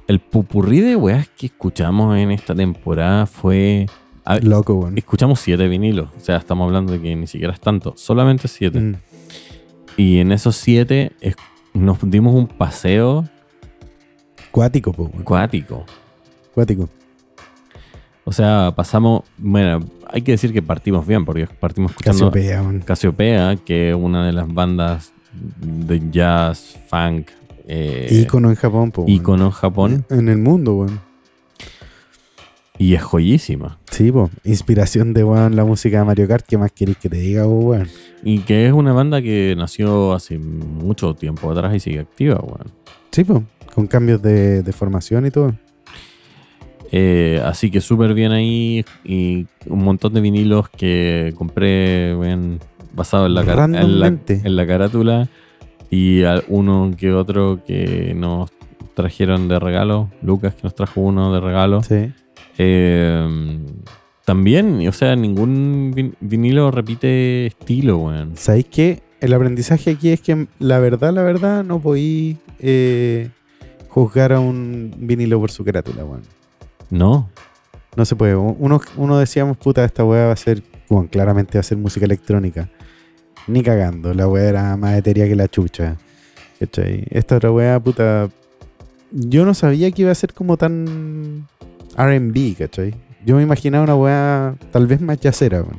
[SPEAKER 2] el pupurrí de weas que escuchamos en esta temporada fue. a-
[SPEAKER 3] Loco, weón.
[SPEAKER 2] escuchamos siete vinilos. O sea, estamos hablando de que ni siquiera es tanto. Solamente siete.
[SPEAKER 3] Mm.
[SPEAKER 2] Y en esos siete es- nos dimos un paseo
[SPEAKER 3] Cuático, po, weón.
[SPEAKER 2] acuático.
[SPEAKER 3] Cuático.
[SPEAKER 2] O sea, pasamos. Bueno, hay que decir que partimos bien, porque partimos escuchando
[SPEAKER 3] Casiopea, weón.
[SPEAKER 2] Casiopea, que es una de las bandas de jazz, funk, eh,
[SPEAKER 3] Ícono en Japón, po, weón.
[SPEAKER 2] ícono en Japón.
[SPEAKER 3] En el mundo, weón.
[SPEAKER 2] Y es joyísima.
[SPEAKER 3] Sí, po. Inspiración de, weón, la música de Mario Kart. ¿Qué más queréis que te diga, po, weón?
[SPEAKER 2] Y que es una banda que nació hace mucho tiempo atrás y sigue activa, weón.
[SPEAKER 3] Sí, po. Con cambios de, de formación y todo.
[SPEAKER 2] Eh, así que súper bien ahí. Y un montón de vinilos que compré weón, basado en la, cara- en, la,
[SPEAKER 3] Randommente.
[SPEAKER 2] en la carátula. Y a- uno que otro que nos trajeron de regalo. Lucas que nos trajo uno de regalo.
[SPEAKER 3] Sí.
[SPEAKER 2] Eh, también, o sea, ningún vin- vinilo repite estilo, weón.
[SPEAKER 3] ¿Sabéis que El aprendizaje aquí es que la verdad, la verdad, no podí eh, juzgar a un vinilo por su carátula, weón.
[SPEAKER 2] No.
[SPEAKER 3] No se puede. Uno, uno decíamos, puta, esta weá va a ser, bueno, claramente va a ser música electrónica. Ni cagando, la weá era más etérea que la chucha. ¿Cachai? Esta otra weá, puta. Yo no sabía que iba a ser como tan RB, ¿cachai? Yo me imaginaba una weá tal vez más yacera, weón.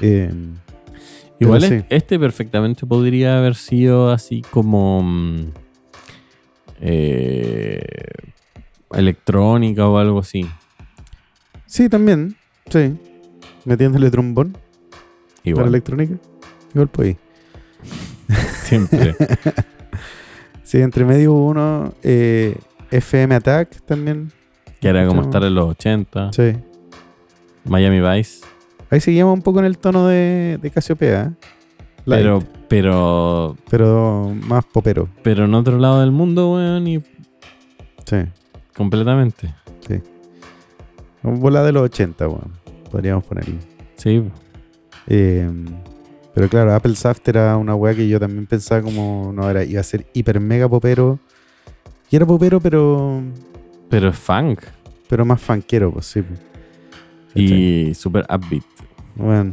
[SPEAKER 3] Eh, pero
[SPEAKER 2] Igual
[SPEAKER 3] sí.
[SPEAKER 2] es- este perfectamente podría haber sido así como mm, eh, electrónica o algo así.
[SPEAKER 3] Sí, también. Sí. Metiéndole trombón para
[SPEAKER 2] Igual,
[SPEAKER 3] electrónica. Igual pues ahí.
[SPEAKER 2] siempre.
[SPEAKER 3] Sí, entre medio hubo uno. eh, FM Attack también.
[SPEAKER 2] que era como
[SPEAKER 3] Escuchamos.
[SPEAKER 2] estar en los 80.
[SPEAKER 3] Sí.
[SPEAKER 2] Miami Vice.
[SPEAKER 3] Ahí seguíamos un poco en el tono de, de Casiopea. ¿eh? Light,
[SPEAKER 2] Pero, pero,
[SPEAKER 3] pero más popero.
[SPEAKER 2] pero en otro lado del mundo, weón, y
[SPEAKER 3] Sí.
[SPEAKER 2] completamente.
[SPEAKER 3] Bola de los 80, weón. Podríamos ponerlo.
[SPEAKER 2] Sí.
[SPEAKER 3] Eh, pero claro, Apple Saft era una weá que yo también pensaba como. No, era, iba a ser hiper mega popero. Y era popero, pero.
[SPEAKER 2] Pero es funk.
[SPEAKER 3] Pero más fanquero, pues sí. pues.
[SPEAKER 2] Y super upbeat.
[SPEAKER 3] Bueno.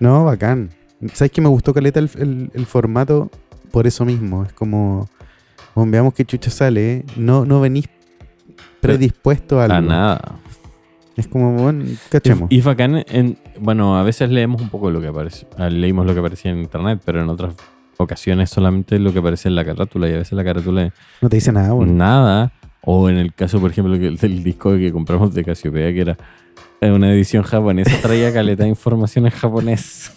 [SPEAKER 3] No, bacán. ¿Sabes que me gustó Caleta el, el- el formato por eso mismo? Es como, bueno, veamos qué chucha sale, ¿eh? No, no venís predispuesto a algo.
[SPEAKER 2] A nada.
[SPEAKER 3] Es como, bueno, cachemos.
[SPEAKER 2] Y es bacán en, bueno, a veces leemos un poco lo que aparece, ah, leímos lo que aparecía en internet, pero en otras ocasiones solamente lo que aparece en la carátula y a veces la carátula es
[SPEAKER 3] no te dice nada, Ah, bueno.
[SPEAKER 2] Mm. nada. O en el caso, por ejemplo, que- del disco que compramos de Casiopea, que era eh, una edición japonesa, traía caleta de información en japonés.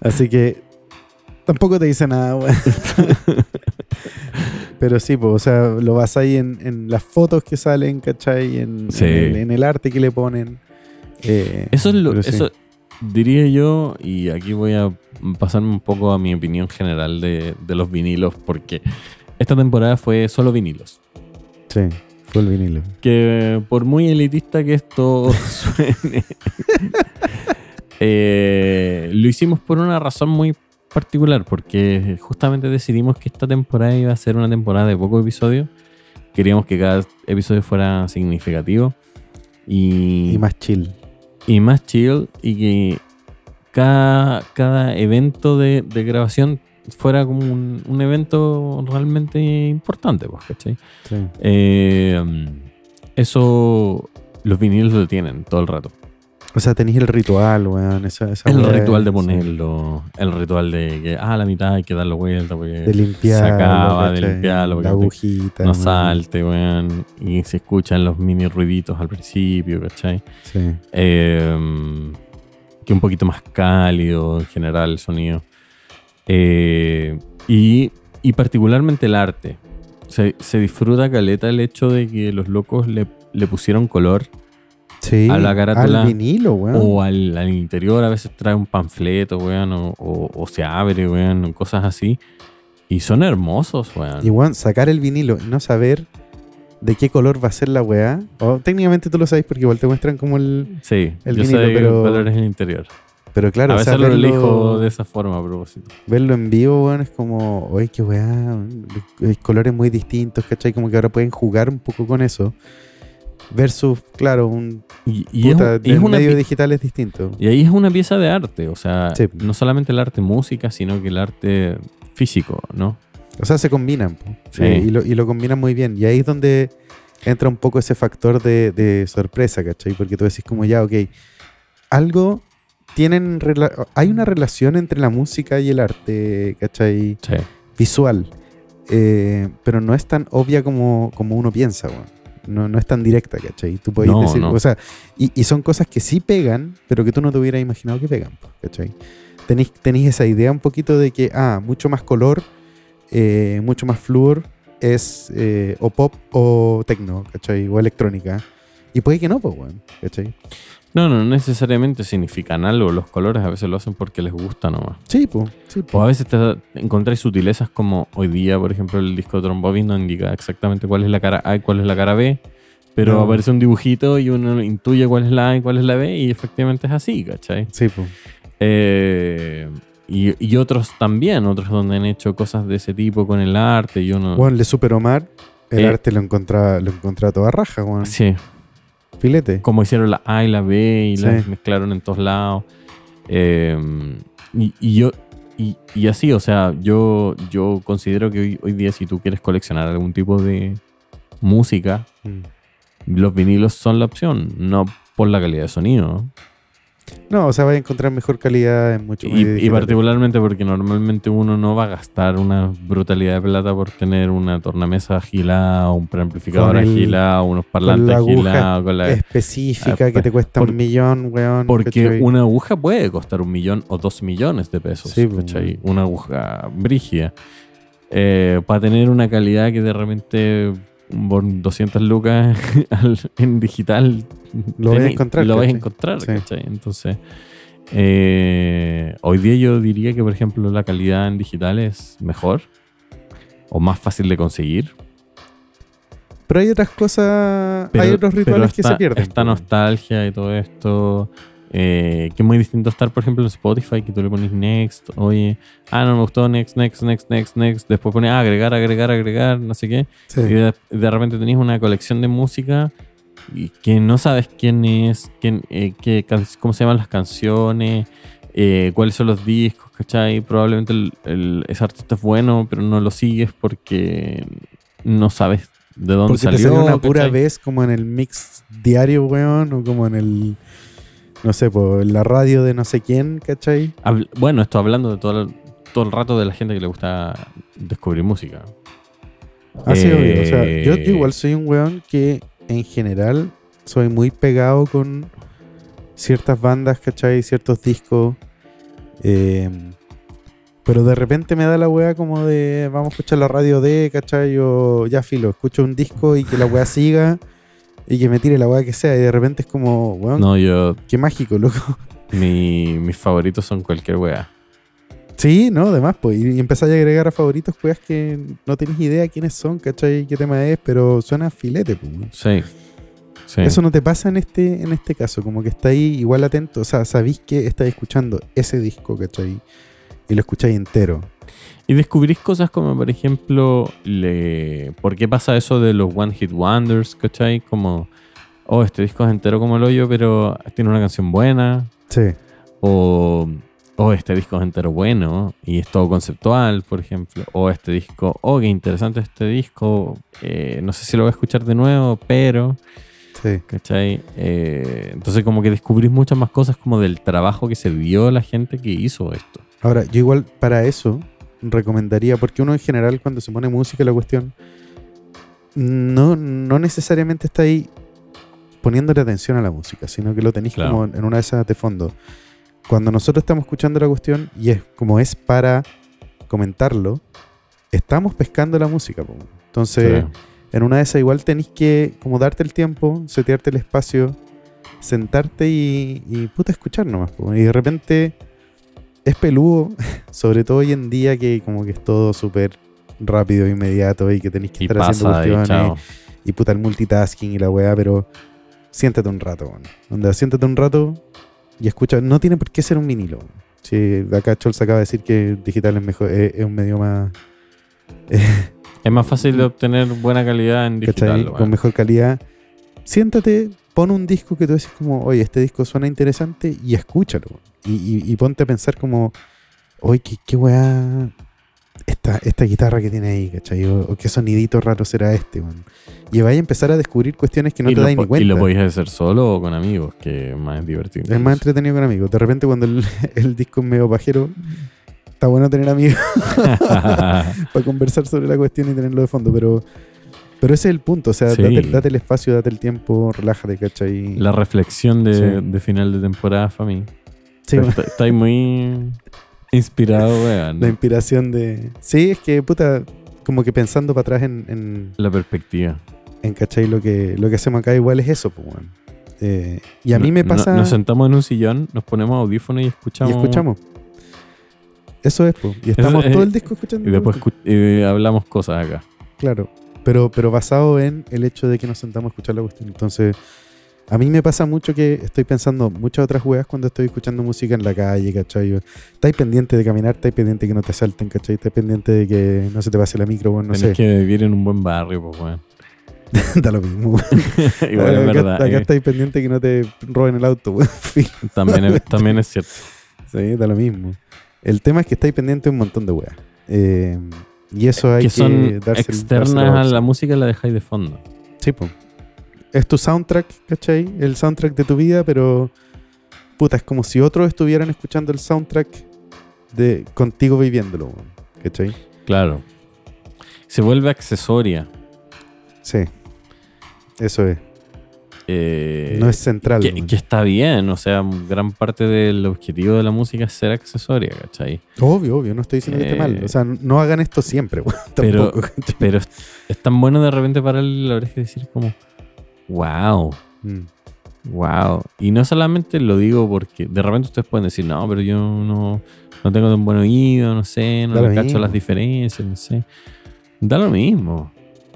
[SPEAKER 3] Así que tampoco te dice nada, bueno. Pero sí, pues, o sea, lo vas ahí en, en las fotos que salen, ¿cachai? En,
[SPEAKER 2] Sí.
[SPEAKER 3] en el, en el arte que le ponen. Eh,
[SPEAKER 2] Eso es lo,
[SPEAKER 3] pero sí.
[SPEAKER 2] eso diría yo, y aquí voy a pasarme un poco a mi opinión general de, de los vinilos, porque esta temporada fue solo vinilos.
[SPEAKER 3] Sí, fue el vinilo.
[SPEAKER 2] que por muy elitista que esto suene, eh, lo hicimos por una razón muy particular, porque justamente decidimos que esta temporada iba a ser una temporada de pocos episodios. Queríamos que cada episodio fuera significativo y,
[SPEAKER 3] Y más chill.
[SPEAKER 2] y más chill y que cada, cada evento de, de grabación fuera como un, un evento realmente importante, pues, ¿cachai?
[SPEAKER 3] Sí.
[SPEAKER 2] Eh, eso los vinilos lo tienen todo el rato.
[SPEAKER 3] O sea, tenéis el ritual, weón. esa- esa
[SPEAKER 2] El
[SPEAKER 3] weá,
[SPEAKER 2] ritual de
[SPEAKER 3] sí,
[SPEAKER 2] ponerlo, el ritual de que ah, a la mitad hay que darle vuelta porque
[SPEAKER 3] De limpiarlo.
[SPEAKER 2] se acaba, de
[SPEAKER 3] ¿cachai?
[SPEAKER 2] limpiarlo, porque
[SPEAKER 3] La agujita.
[SPEAKER 2] no
[SPEAKER 3] weón.
[SPEAKER 2] salte, weón. Y se escuchan los mini ruiditos al principio, ¿cachai?
[SPEAKER 3] Sí.
[SPEAKER 2] Eh, que un poquito más cálido en general el sonido. Eh, y, y particularmente el arte. Se, se disfruta caleta el hecho de que los locos le, le pusieron color
[SPEAKER 3] Sí,
[SPEAKER 2] A la carátula. Oh,
[SPEAKER 3] Al vinilo, weón.
[SPEAKER 2] O al, al interior a veces trae un panfleto, weón, o, o- o se abre, weón, o cosas así. Y son hermosos, weón.
[SPEAKER 3] Y weón, sacar el vinilo y no saber de qué color va a ser la weá. O técnicamente tú lo sabes porque igual te muestran como el.
[SPEAKER 2] sí,
[SPEAKER 3] el
[SPEAKER 2] yo
[SPEAKER 3] vinilo,
[SPEAKER 2] sé
[SPEAKER 3] pero-
[SPEAKER 2] cuál es el interior.
[SPEAKER 3] Pero claro,
[SPEAKER 2] a
[SPEAKER 3] o
[SPEAKER 2] veces
[SPEAKER 3] sea,
[SPEAKER 2] lo
[SPEAKER 3] verlo-
[SPEAKER 2] elijo de este esa forma a propósito.
[SPEAKER 3] verlo en vivo, weón, es como, oye, qué weá, weón, eh, colores muy distintos, ¿cachai? Como que ahora pueden jugar un poco con eso. Versus, claro, un
[SPEAKER 2] Y, y es
[SPEAKER 3] puta,
[SPEAKER 2] un- y es
[SPEAKER 3] el
[SPEAKER 2] una
[SPEAKER 3] medio
[SPEAKER 2] pi-
[SPEAKER 3] digital es distinto.
[SPEAKER 2] Y ahí es una pieza de arte, o sea,
[SPEAKER 3] Sí.
[SPEAKER 2] no solamente el arte música, sino que el arte físico, ¿no?
[SPEAKER 3] O sea, se combinan. po.
[SPEAKER 2] Sí.
[SPEAKER 3] Eh, y, lo, y lo combinan muy bien. Y ahí es donde entra un poco ese factor de, de sorpresa, ¿cachai? Porque tú decís como ya, ok, algo tienen... rela- Hay una relación entre la música y el arte, ¿cachai?
[SPEAKER 2] Sí.
[SPEAKER 3] Visual. Eh, pero no es tan obvia como, como uno piensa, weón. No, no es tan directa, ¿cachai? Tú podés
[SPEAKER 2] No,
[SPEAKER 3] decir,
[SPEAKER 2] no.
[SPEAKER 3] o sea, y, y son cosas que sí pegan, pero que tú no te hubieras imaginado que pegan, po, ¿cachai? Tenís, tenís esa idea un poquito de que, ah, mucho más color, eh, mucho más flúor, es eh, o pop o techno, ¿cachai? O electrónica. Y puede que no, pues, weón, ¿cachai?
[SPEAKER 2] No, no necesariamente significan algo. Los colores a veces lo hacen porque les gusta nomás.
[SPEAKER 3] Sí, pues, sí, po.
[SPEAKER 2] O a veces te encontráis sutilezas como hoy día, por ejemplo, el disco de Trombovich no indica exactamente cuál es la cara A y cuál es la cara B, pero
[SPEAKER 3] No.
[SPEAKER 2] aparece un dibujito y uno intuye cuál es la A y cuál es la B y efectivamente es así, ¿cachai?
[SPEAKER 3] Sí, pues. po.
[SPEAKER 2] Eh, y, y otros también, otros donde han hecho cosas de ese tipo con el arte y uno...
[SPEAKER 3] Weón, le Super Omar, el
[SPEAKER 2] Eh.
[SPEAKER 3] arte lo encontraba, lo encontraba toda raja, weón.
[SPEAKER 2] Sí,
[SPEAKER 3] Filete.
[SPEAKER 2] como hicieron la A y la B y las
[SPEAKER 3] Sí.
[SPEAKER 2] mezclaron en todos lados. Eh, y, y yo y, y así, o sea, yo, yo considero que hoy, hoy día si tú quieres coleccionar algún tipo de música,
[SPEAKER 3] Mm.
[SPEAKER 2] los vinilos son la opción, no por la calidad de sonido. ¿no?
[SPEAKER 3] No, o sea, vas a encontrar mejor calidad en mucho medio
[SPEAKER 2] Y, y
[SPEAKER 3] digital.
[SPEAKER 2] particularmente porque normalmente uno no va a gastar una brutalidad de plata por tener una tornamesa agilada, un preamplificador
[SPEAKER 3] Con el-
[SPEAKER 2] agilado, unos
[SPEAKER 3] la
[SPEAKER 2] parlantes
[SPEAKER 3] aguja
[SPEAKER 2] agilados, con la-
[SPEAKER 3] específica
[SPEAKER 2] Ah,
[SPEAKER 3] que
[SPEAKER 2] pues,
[SPEAKER 3] te cuesta
[SPEAKER 2] por-
[SPEAKER 3] un millón, weón.
[SPEAKER 2] Porque
[SPEAKER 3] ¿cachai?
[SPEAKER 2] una aguja puede costar un millón o dos millones de pesos.
[SPEAKER 3] Sí, pues.
[SPEAKER 2] ¿cachai? Una aguja brígida. Eh, para tener una calidad que de repente por 200 lucas al- en digital
[SPEAKER 3] Lo vais a
[SPEAKER 2] teni-
[SPEAKER 3] encontrar,
[SPEAKER 2] lo vais a
[SPEAKER 3] ¿cachai?
[SPEAKER 2] encontrar,
[SPEAKER 3] Sí.
[SPEAKER 2] ¿cachai? Entonces, eh, hoy día yo diría que, por ejemplo, la calidad en digital es mejor o más fácil de conseguir.
[SPEAKER 3] Pero hay otras cosas, hay otros
[SPEAKER 2] pero
[SPEAKER 3] rituales que
[SPEAKER 2] esta-
[SPEAKER 3] se pierden. pues.
[SPEAKER 2] Esta nostalgia y todo esto, eh, que es muy distinto a estar, por ejemplo, en Spotify, que tú le pones next, oye, ah, no me gustó, next, next, next, next, next, después pones ah, agregar, agregar, agregar, no sé qué,
[SPEAKER 3] Sí.
[SPEAKER 2] y de, de repente tenés una colección de música y que no sabes quién es, quién, eh, qué can- cómo se llaman las canciones, eh, cuáles son los discos, ¿cachai? Probablemente el- el- ese artista es bueno, pero no lo sigues porque no sabes de dónde
[SPEAKER 3] Porque
[SPEAKER 2] salió.
[SPEAKER 3] te salió una pura
[SPEAKER 2] ¿cachai?
[SPEAKER 3] vez como en el mix diario, weón, o como en el, no sé, po, en la radio de no sé quién, ¿cachai?
[SPEAKER 2] Habl- bueno, esto hablando de todo el, todo el rato de la gente que le gusta descubrir música.
[SPEAKER 3] Así, Ah, obvio. O sea,
[SPEAKER 2] Eh,
[SPEAKER 3] yo, yo igual soy un weón que en general soy muy pegado con ciertas bandas, ¿cachai? Ciertos discos. eh, pero de repente me da la weá como de vamos a escuchar la radio de, ¿cachai? O ya filo, escucho un disco y que la weá siga y que me tire la weá que sea. Y de repente es como, weón,
[SPEAKER 2] No, yo.
[SPEAKER 3] qué mágico, loco.
[SPEAKER 2] mi- mis favoritos son cualquier wea.
[SPEAKER 3] Sí, no, además, pues. Y empezás a agregar a favoritos weas que no tenés idea quiénes son, ¿cachai? ¿Qué tema es? Pero suena filete, pues. weón.
[SPEAKER 2] Sí. Sí.
[SPEAKER 3] Eso no te pasa en este, en este caso, como que está ahí igual atento, o sea, sabéis que estáis escuchando ese disco, ¿cachai? Y lo escucháis entero.
[SPEAKER 2] Y descubrís cosas como, por ejemplo, le, ¿por qué pasa eso de los One Hit Wonders? ¿Cachai? Como, oh, este disco es entero como el hoyo, pero tiene una canción buena.
[SPEAKER 3] Sí.
[SPEAKER 2] O, oh, este disco es entero bueno y es todo conceptual, por ejemplo. O este disco, oh, qué interesante este disco. eh, no sé si lo voy a escuchar de nuevo, pero,
[SPEAKER 3] Sí.
[SPEAKER 2] ¿cachai? Eh, entonces como que descubrís muchas más cosas como del trabajo que se dio la gente que hizo esto.
[SPEAKER 3] Ahora, yo igual para eso recomendaría, porque uno en general cuando se pone música la cuestión, no, no necesariamente está ahí poniéndole atención a la música, sino que lo tenéis
[SPEAKER 2] Claro.
[SPEAKER 3] como en una de esas de fondo. Cuando nosotros estamos escuchando la cuestión y es como es para comentarlo, estamos pescando la música. po. Entonces, En una de esas igual tenés que como darte el tiempo, setearte el espacio, sentarte y, y puta escuchar nomás. po. Y de repente es peludo, sobre todo hoy en día que como que es todo súper rápido, inmediato y que tenés que
[SPEAKER 2] y
[SPEAKER 3] estar haciendo
[SPEAKER 2] pasa, y
[SPEAKER 3] cuestiones
[SPEAKER 2] chao.
[SPEAKER 3] y puta el multitasking y la weá, pero siéntate un rato, weón. Onda, siéntate un rato, y escucha, no tiene por qué ser un vinilo. Si acá Chols acaba de decir que digital es mejor, eh, es, es un medio más
[SPEAKER 2] Es más fácil de obtener buena calidad en
[SPEAKER 3] ¿cachai?
[SPEAKER 2] digital.
[SPEAKER 3] con
[SPEAKER 2] weón.
[SPEAKER 3] mejor calidad. Siéntate, pon un disco que tú dices como, oye, este disco suena interesante y escúchalo. Y, y- y ponte a pensar como, oye, qué, qué weá esta, esta guitarra que tiene ahí, ¿cachai? O, o qué sonidito raro será este, weón. Y vais a empezar a descubrir cuestiones que no
[SPEAKER 2] y,
[SPEAKER 3] te
[SPEAKER 2] lo
[SPEAKER 3] das ni
[SPEAKER 2] po- y
[SPEAKER 3] cuenta.
[SPEAKER 2] lo podéis hacer solo o con amigos, que es más divertido.
[SPEAKER 3] Es más
[SPEAKER 2] incluso.
[SPEAKER 3] entretenido con amigos. De repente cuando el, el disco es medio pajero, está bueno tener amigos para conversar sobre la cuestión y tenerlo de fondo, pero... Pero ese es el punto, o sea,
[SPEAKER 2] Sí.
[SPEAKER 3] date, date el espacio, date el tiempo, relájate, ¿cachai?
[SPEAKER 2] La reflexión de,
[SPEAKER 3] Sí.
[SPEAKER 2] de final de temporada, Fami.
[SPEAKER 3] Sí,
[SPEAKER 2] Está- Estáis muy inspirado, weón.
[SPEAKER 3] La inspiración de. Sí, es que, puta, como que pensando para atrás en, en,
[SPEAKER 2] La perspectiva.
[SPEAKER 3] en, ¿cachai? Lo que, lo que hacemos acá igual es eso, pues, weón. Eh, y a mí
[SPEAKER 2] No-
[SPEAKER 3] me
[SPEAKER 2] no-
[SPEAKER 3] pasa.
[SPEAKER 2] nos sentamos en un sillón, nos ponemos audífonos y
[SPEAKER 3] y
[SPEAKER 2] escuchamos.
[SPEAKER 3] escuchamos. Eso es, pues. Y estamos
[SPEAKER 2] es- eh,
[SPEAKER 3] todo el disco escuchando.
[SPEAKER 2] Y después
[SPEAKER 3] weón.
[SPEAKER 2] escu- y hablamos cosas acá.
[SPEAKER 3] Claro. Pero, pero basado en el hecho de que nos sentamos a escuchar la cuestión. Entonces, a mí me pasa mucho que estoy pensando muchas otras weas cuando estoy escuchando música en la calle, ¿cachai? Estáis pendiente de caminar, estáis pendiente de que no te salten, ¿cachai? Estáis pendiente de que no se te pase la micro, weón, no
[SPEAKER 2] Tenés
[SPEAKER 3] sé.
[SPEAKER 2] que vivir en un buen barrio, pues, weón.
[SPEAKER 3] Da lo mismo, weón.
[SPEAKER 2] Igual es
[SPEAKER 3] acá,
[SPEAKER 2] verdad.
[SPEAKER 3] acá
[SPEAKER 2] eh.
[SPEAKER 3] estáis pendiente que no te roben el auto, weón. Sí,
[SPEAKER 2] También, es, también es cierto.
[SPEAKER 3] da lo mismo. El tema es que estáis pendiente de un montón de weas. Eh, y eso hay
[SPEAKER 2] que
[SPEAKER 3] que,
[SPEAKER 2] son
[SPEAKER 3] darse el- darse
[SPEAKER 2] externas a
[SPEAKER 3] bolsa.
[SPEAKER 2] la música, la dejáis de fondo.
[SPEAKER 3] Sí, po. Es tu soundtrack, ¿cachai? El soundtrack de tu vida, pero. Puta, es como si otros estuvieran escuchando el soundtrack de contigo viviéndolo, weón. ¿cachai?
[SPEAKER 2] Claro. Se vuelve accesoria.
[SPEAKER 3] Sí. Eso es.
[SPEAKER 2] eh,
[SPEAKER 3] no es central.
[SPEAKER 2] que,
[SPEAKER 3] weón.
[SPEAKER 2] que está bien, o sea, gran parte del objetivo de la música es ser accesoria, ¿cachai?
[SPEAKER 3] Obvio, obvio, no estoy diciendo que esté mal.
[SPEAKER 2] Eh,
[SPEAKER 3] O sea, no hagan esto siempre, weón.
[SPEAKER 2] pero-
[SPEAKER 3] Tampoco, ¿cachai?
[SPEAKER 2] Pero es, es tan bueno de repente pararle la oreja y decir como, wow,
[SPEAKER 3] Mm.
[SPEAKER 2] wow. Y no solamente lo digo porque de repente ustedes pueden decir, no, pero yo no, no tengo tan buen oído, no sé, no
[SPEAKER 3] Da
[SPEAKER 2] le
[SPEAKER 3] lo
[SPEAKER 2] cacho
[SPEAKER 3] mismo.
[SPEAKER 2] las diferencias, no sé. Da lo mismo.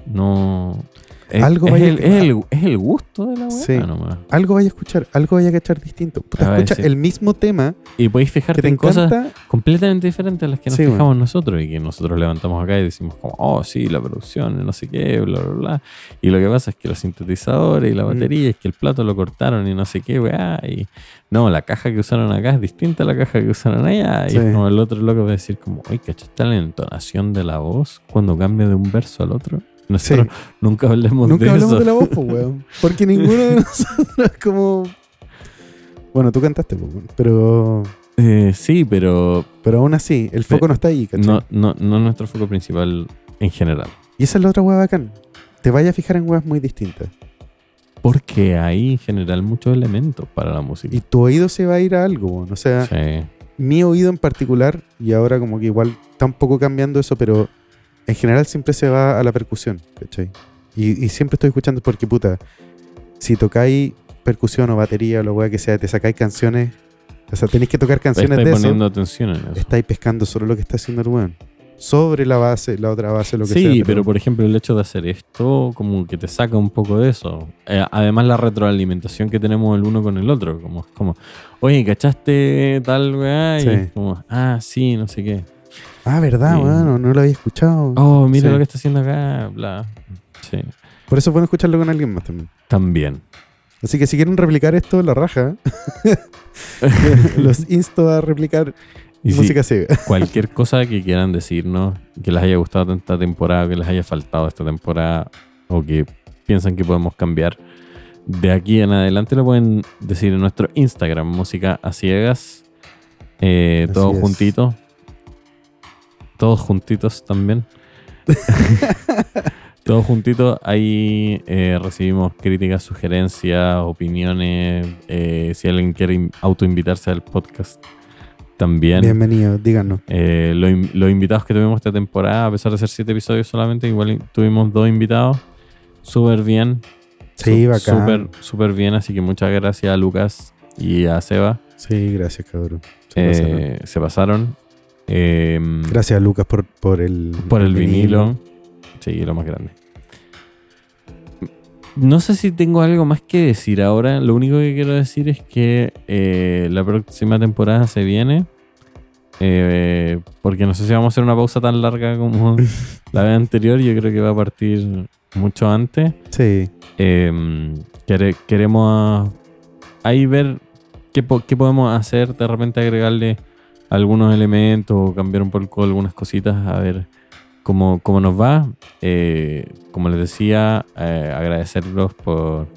[SPEAKER 2] No. Es,
[SPEAKER 3] Algo
[SPEAKER 2] es
[SPEAKER 3] vaya a
[SPEAKER 2] el, es
[SPEAKER 3] quedar.
[SPEAKER 2] el- es el gusto de la weá
[SPEAKER 3] Sí.
[SPEAKER 2] nomás.
[SPEAKER 3] algo vaya a escuchar, algo vaya a cachar distinto. Puta,
[SPEAKER 2] A ver,
[SPEAKER 3] escucha
[SPEAKER 2] Ah, sí.
[SPEAKER 3] el mismo tema
[SPEAKER 2] Y podéis
[SPEAKER 3] que
[SPEAKER 2] fijarte
[SPEAKER 3] te
[SPEAKER 2] en cosas
[SPEAKER 3] encanta.
[SPEAKER 2] completamente diferentes a las que nos
[SPEAKER 3] Sí, bueno.
[SPEAKER 2] fijamos nosotros y que nosotros levantamos acá y decimos como, oh sí, la producción, no sé qué, bla, bla, bla. Y lo que pasa es que los sintetizadores y la
[SPEAKER 3] Mm.
[SPEAKER 2] batería es que el plato lo cortaron y no sé qué, weá. Y no, la caja que usaron acá es distinta a la caja que usaron allá.
[SPEAKER 3] Sí.
[SPEAKER 2] Y es como el otro loco va a decir como, oye, ¿cachaste la entonación de la voz cuando cambia de un verso al otro?
[SPEAKER 3] Sí.
[SPEAKER 2] Nosotros nunca hablamos
[SPEAKER 3] Nunca
[SPEAKER 2] de
[SPEAKER 3] hablamos
[SPEAKER 2] eso.
[SPEAKER 3] de la voz, pues, weón. Porque ninguno de nosotros como. Bueno, tú cantaste, pues, weón, pero,
[SPEAKER 2] Eh, sí, pero
[SPEAKER 3] pero aún así, el foco no está ahí, ¿cachai?
[SPEAKER 2] no, no, no nuestro foco principal en general.
[SPEAKER 3] Y esa es la otra hueá bacán. Te vayas a fijar en huevas muy distintas.
[SPEAKER 2] Porque hay en general muchos elementos para la música.
[SPEAKER 3] Y tu oído se va a ir a algo, weón. O sea,
[SPEAKER 2] Sí.
[SPEAKER 3] mi oído en particular, y ahora como que igual está un poco cambiando eso, pero en general siempre se va a la percusión, ¿cachai? Y, y siempre estoy escuchando porque, puta, si tocáis percusión o batería o lo weá que sea, te sacáis canciones, o sea, tenéis que tocar canciones
[SPEAKER 2] Estáis
[SPEAKER 3] de eso,
[SPEAKER 2] poniendo atención en eso.
[SPEAKER 3] estáis pescando sobre lo que está haciendo el weón. Sobre la base, la otra base, lo que
[SPEAKER 2] sí,
[SPEAKER 3] sea.
[SPEAKER 2] pero por ejemplo el hecho de hacer esto como que te saca un poco de eso. Eh, además la retroalimentación que tenemos el uno con el otro, como es como, oye, ¿cachaste tal weá? Y
[SPEAKER 3] Sí.
[SPEAKER 2] es como, ah, sí, no sé qué.
[SPEAKER 3] Ah, verdad,
[SPEAKER 2] Sí.
[SPEAKER 3] weón, no lo había escuchado.
[SPEAKER 2] Oh, mira
[SPEAKER 3] Sí.
[SPEAKER 2] lo que está haciendo acá, bla. Sí.
[SPEAKER 3] Por eso es bueno escucharlo con alguien más también.
[SPEAKER 2] También.
[SPEAKER 3] Así que si quieren replicar esto, la raja. ¿eh? los insto a replicar
[SPEAKER 2] Y si
[SPEAKER 3] música ciega.
[SPEAKER 2] cualquier cosa que quieran decirnos, que les haya gustado esta temporada, que les haya faltado esta temporada, o que piensan que podemos cambiar, de aquí en adelante lo pueden decir en nuestro Instagram, música a ciegas, eh,
[SPEAKER 3] Así
[SPEAKER 2] todos
[SPEAKER 3] es.
[SPEAKER 2] juntitos, todos juntitos también. Todos juntitos, ahí eh, recibimos críticas, sugerencias, opiniones. eh, si alguien quiere in- autoinvitarse al podcast, también.
[SPEAKER 3] Bienvenido, díganos.
[SPEAKER 2] Eh, lo in- los invitados que tuvimos esta temporada, a pesar de ser siete episodios solamente, igual in- tuvimos dos invitados. Súper bien.
[SPEAKER 3] Sí,
[SPEAKER 2] Su-
[SPEAKER 3] bacán.
[SPEAKER 2] Súper, súper bien. Así que muchas gracias a Lucas y a Seba.
[SPEAKER 3] Sí, gracias, cabrón. Se
[SPEAKER 2] Eh,
[SPEAKER 3] pasaron.
[SPEAKER 2] se pasaron. Eh,
[SPEAKER 3] gracias, Lucas, por, por el
[SPEAKER 2] por el vinilo. Sí, lo más grande. No sé si tengo algo más que decir ahora. Lo único que quiero decir es que eh, la próxima temporada se viene. Eh, porque no sé si vamos a hacer una pausa tan larga como la vez anterior. Yo creo que va a partir mucho antes.
[SPEAKER 3] Sí.
[SPEAKER 2] Eh, quere- queremos ahí ver qué, po- qué podemos hacer, de repente agregarle algunos elementos o cambiar un poco algunas cositas, a ver cómo, cómo nos va. Eh, como les decía, eh, agradecerlos por,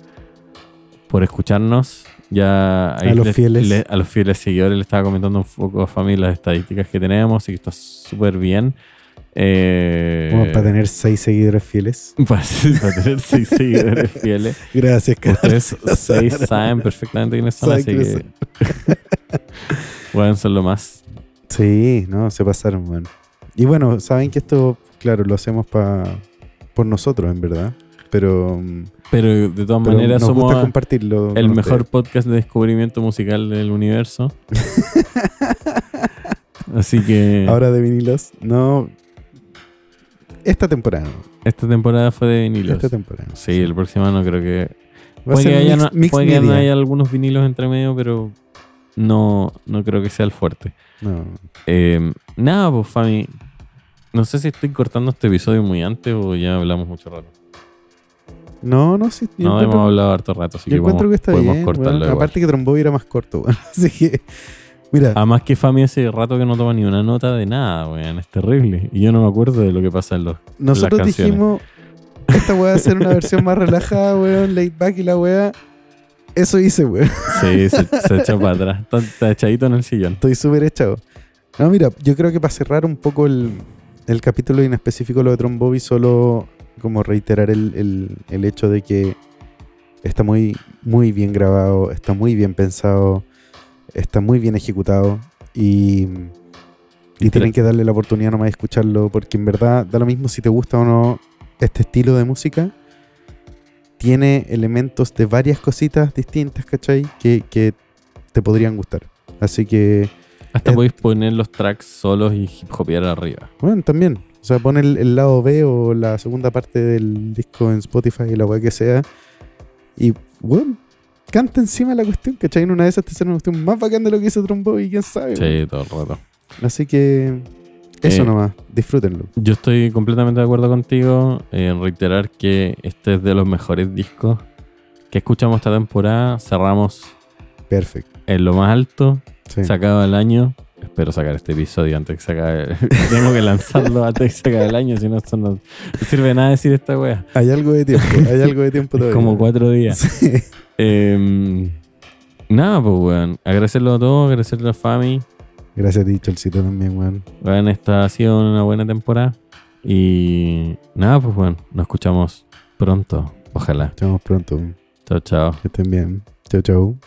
[SPEAKER 2] por escucharnos. Ya ahí
[SPEAKER 3] A los
[SPEAKER 2] les-
[SPEAKER 3] fieles.
[SPEAKER 2] le- a los fieles seguidores les estaba comentando un poco a familia las estadísticas que tenemos y que está súper bien. Eh,
[SPEAKER 3] Como para tener seis seguidores fieles.
[SPEAKER 2] para, para tener seis seguidores fieles.
[SPEAKER 3] Gracias, Carlos.
[SPEAKER 2] Ustedes seis saben perfectamente quiénes son,
[SPEAKER 3] Saben
[SPEAKER 2] así
[SPEAKER 3] quiénes
[SPEAKER 2] que. bueno, son lo más.
[SPEAKER 3] Sí, no, se pasaron, bueno. Y bueno, saben que esto, claro, lo hacemos para por nosotros, en verdad. Pero, mm,
[SPEAKER 2] Pero de todas
[SPEAKER 3] pero
[SPEAKER 2] maneras
[SPEAKER 3] nos
[SPEAKER 2] somos
[SPEAKER 3] gusta compartirlo.
[SPEAKER 2] el
[SPEAKER 3] con
[SPEAKER 2] mejor
[SPEAKER 3] ustedes.
[SPEAKER 2] podcast de descubrimiento musical del universo. así que
[SPEAKER 3] Ahora de vinilos. No. Esta temporada.
[SPEAKER 2] esta temporada fue de vinilos.
[SPEAKER 3] Esta temporada.
[SPEAKER 2] sí, el próximo no creo que.
[SPEAKER 3] Va a
[SPEAKER 2] Puede que,
[SPEAKER 3] ser
[SPEAKER 2] haya,
[SPEAKER 3] mix,
[SPEAKER 2] no-
[SPEAKER 3] mix
[SPEAKER 2] puede que no
[SPEAKER 3] media.
[SPEAKER 2] haya algunos vinilos entre medio, pero no, no creo que sea el fuerte.
[SPEAKER 3] No.
[SPEAKER 2] Eh, nada, pues, Fami. No sé si estoy cortando este episodio muy antes o ya hablamos mucho rato.
[SPEAKER 3] No, no, sí. yo
[SPEAKER 2] No, hemos
[SPEAKER 3] encuentro-
[SPEAKER 2] hablado harto rato, así
[SPEAKER 3] Yo
[SPEAKER 2] que
[SPEAKER 3] encuentro
[SPEAKER 2] podemos,
[SPEAKER 3] que está
[SPEAKER 2] podemos
[SPEAKER 3] bien.
[SPEAKER 2] cortarlo.
[SPEAKER 3] bueno.
[SPEAKER 2] igual.
[SPEAKER 3] aparte que Tromboy era más corto, bueno, así que. Mira,
[SPEAKER 2] Además que Fami hace rato que no toma ni una nota de nada, weón. Es terrible. Y yo no me acuerdo de lo que pasa en los...
[SPEAKER 3] nosotros
[SPEAKER 2] las canciones.
[SPEAKER 3] dijimos: Esta weá va a ser una versión más relajada, weón, laid back y la weá. Eso hice, weón.
[SPEAKER 2] Sí, se, se echa para atrás. Está, está echadito en el sillón.
[SPEAKER 3] Estoy súper echado. No, mira, yo creo que para cerrar un poco el, el capítulo y en específico lo de Trombobi, solo como reiterar el, el- el hecho de que está muy, muy bien grabado, está muy bien pensado, está muy bien ejecutado y, y tienen que darle la oportunidad nomás de escucharlo porque en verdad da lo mismo si te gusta o no este estilo de música. Tiene elementos de varias cositas distintas, ¿cachai? Que, que te podrían gustar. Así que
[SPEAKER 2] Hasta
[SPEAKER 3] Eh,
[SPEAKER 2] podéis poner los tracks solos y hip hopear arriba.
[SPEAKER 3] Bueno, también. O sea, pon el, el lado B o la segunda parte del disco en Spotify y la weá que sea. Y, bueno, canta encima la cuestión, ¿cachai? En una de esas te sale una cuestión más bacán de lo que hizo Trombo y quién sabe. weón.
[SPEAKER 2] Sí, todo el rato.
[SPEAKER 3] Así que, eso
[SPEAKER 2] Eh,
[SPEAKER 3] nomás. Disfrútenlo.
[SPEAKER 2] Yo estoy completamente de acuerdo contigo en reiterar que este es de los mejores discos que escuchamos esta temporada. Cerramos
[SPEAKER 3] Perfecto.
[SPEAKER 2] en lo más alto.
[SPEAKER 3] Sí.
[SPEAKER 2] Se acaba el año. Espero sacar este episodio antes que se acabe. Tengo que lanzarlo antes que se acabe el año, si no, esto no no sirve de nada decir esta wea.
[SPEAKER 3] Hay algo de tiempo. Hay algo de tiempo todavía.
[SPEAKER 2] Como cuatro días.
[SPEAKER 3] Sí.
[SPEAKER 2] Eh, nada, pues, weón. Agradecerlo a todos, agradecerlo a Fami.
[SPEAKER 3] Gracias a ti, Cholcito, también, weón.
[SPEAKER 2] Weón, esta ha sido una buena temporada. Y nada, pues, weón. Nos escuchamos pronto. Ojalá.
[SPEAKER 3] Nos vemos pronto.
[SPEAKER 2] Chao, chao.
[SPEAKER 3] Que estén bien. Chau, chau.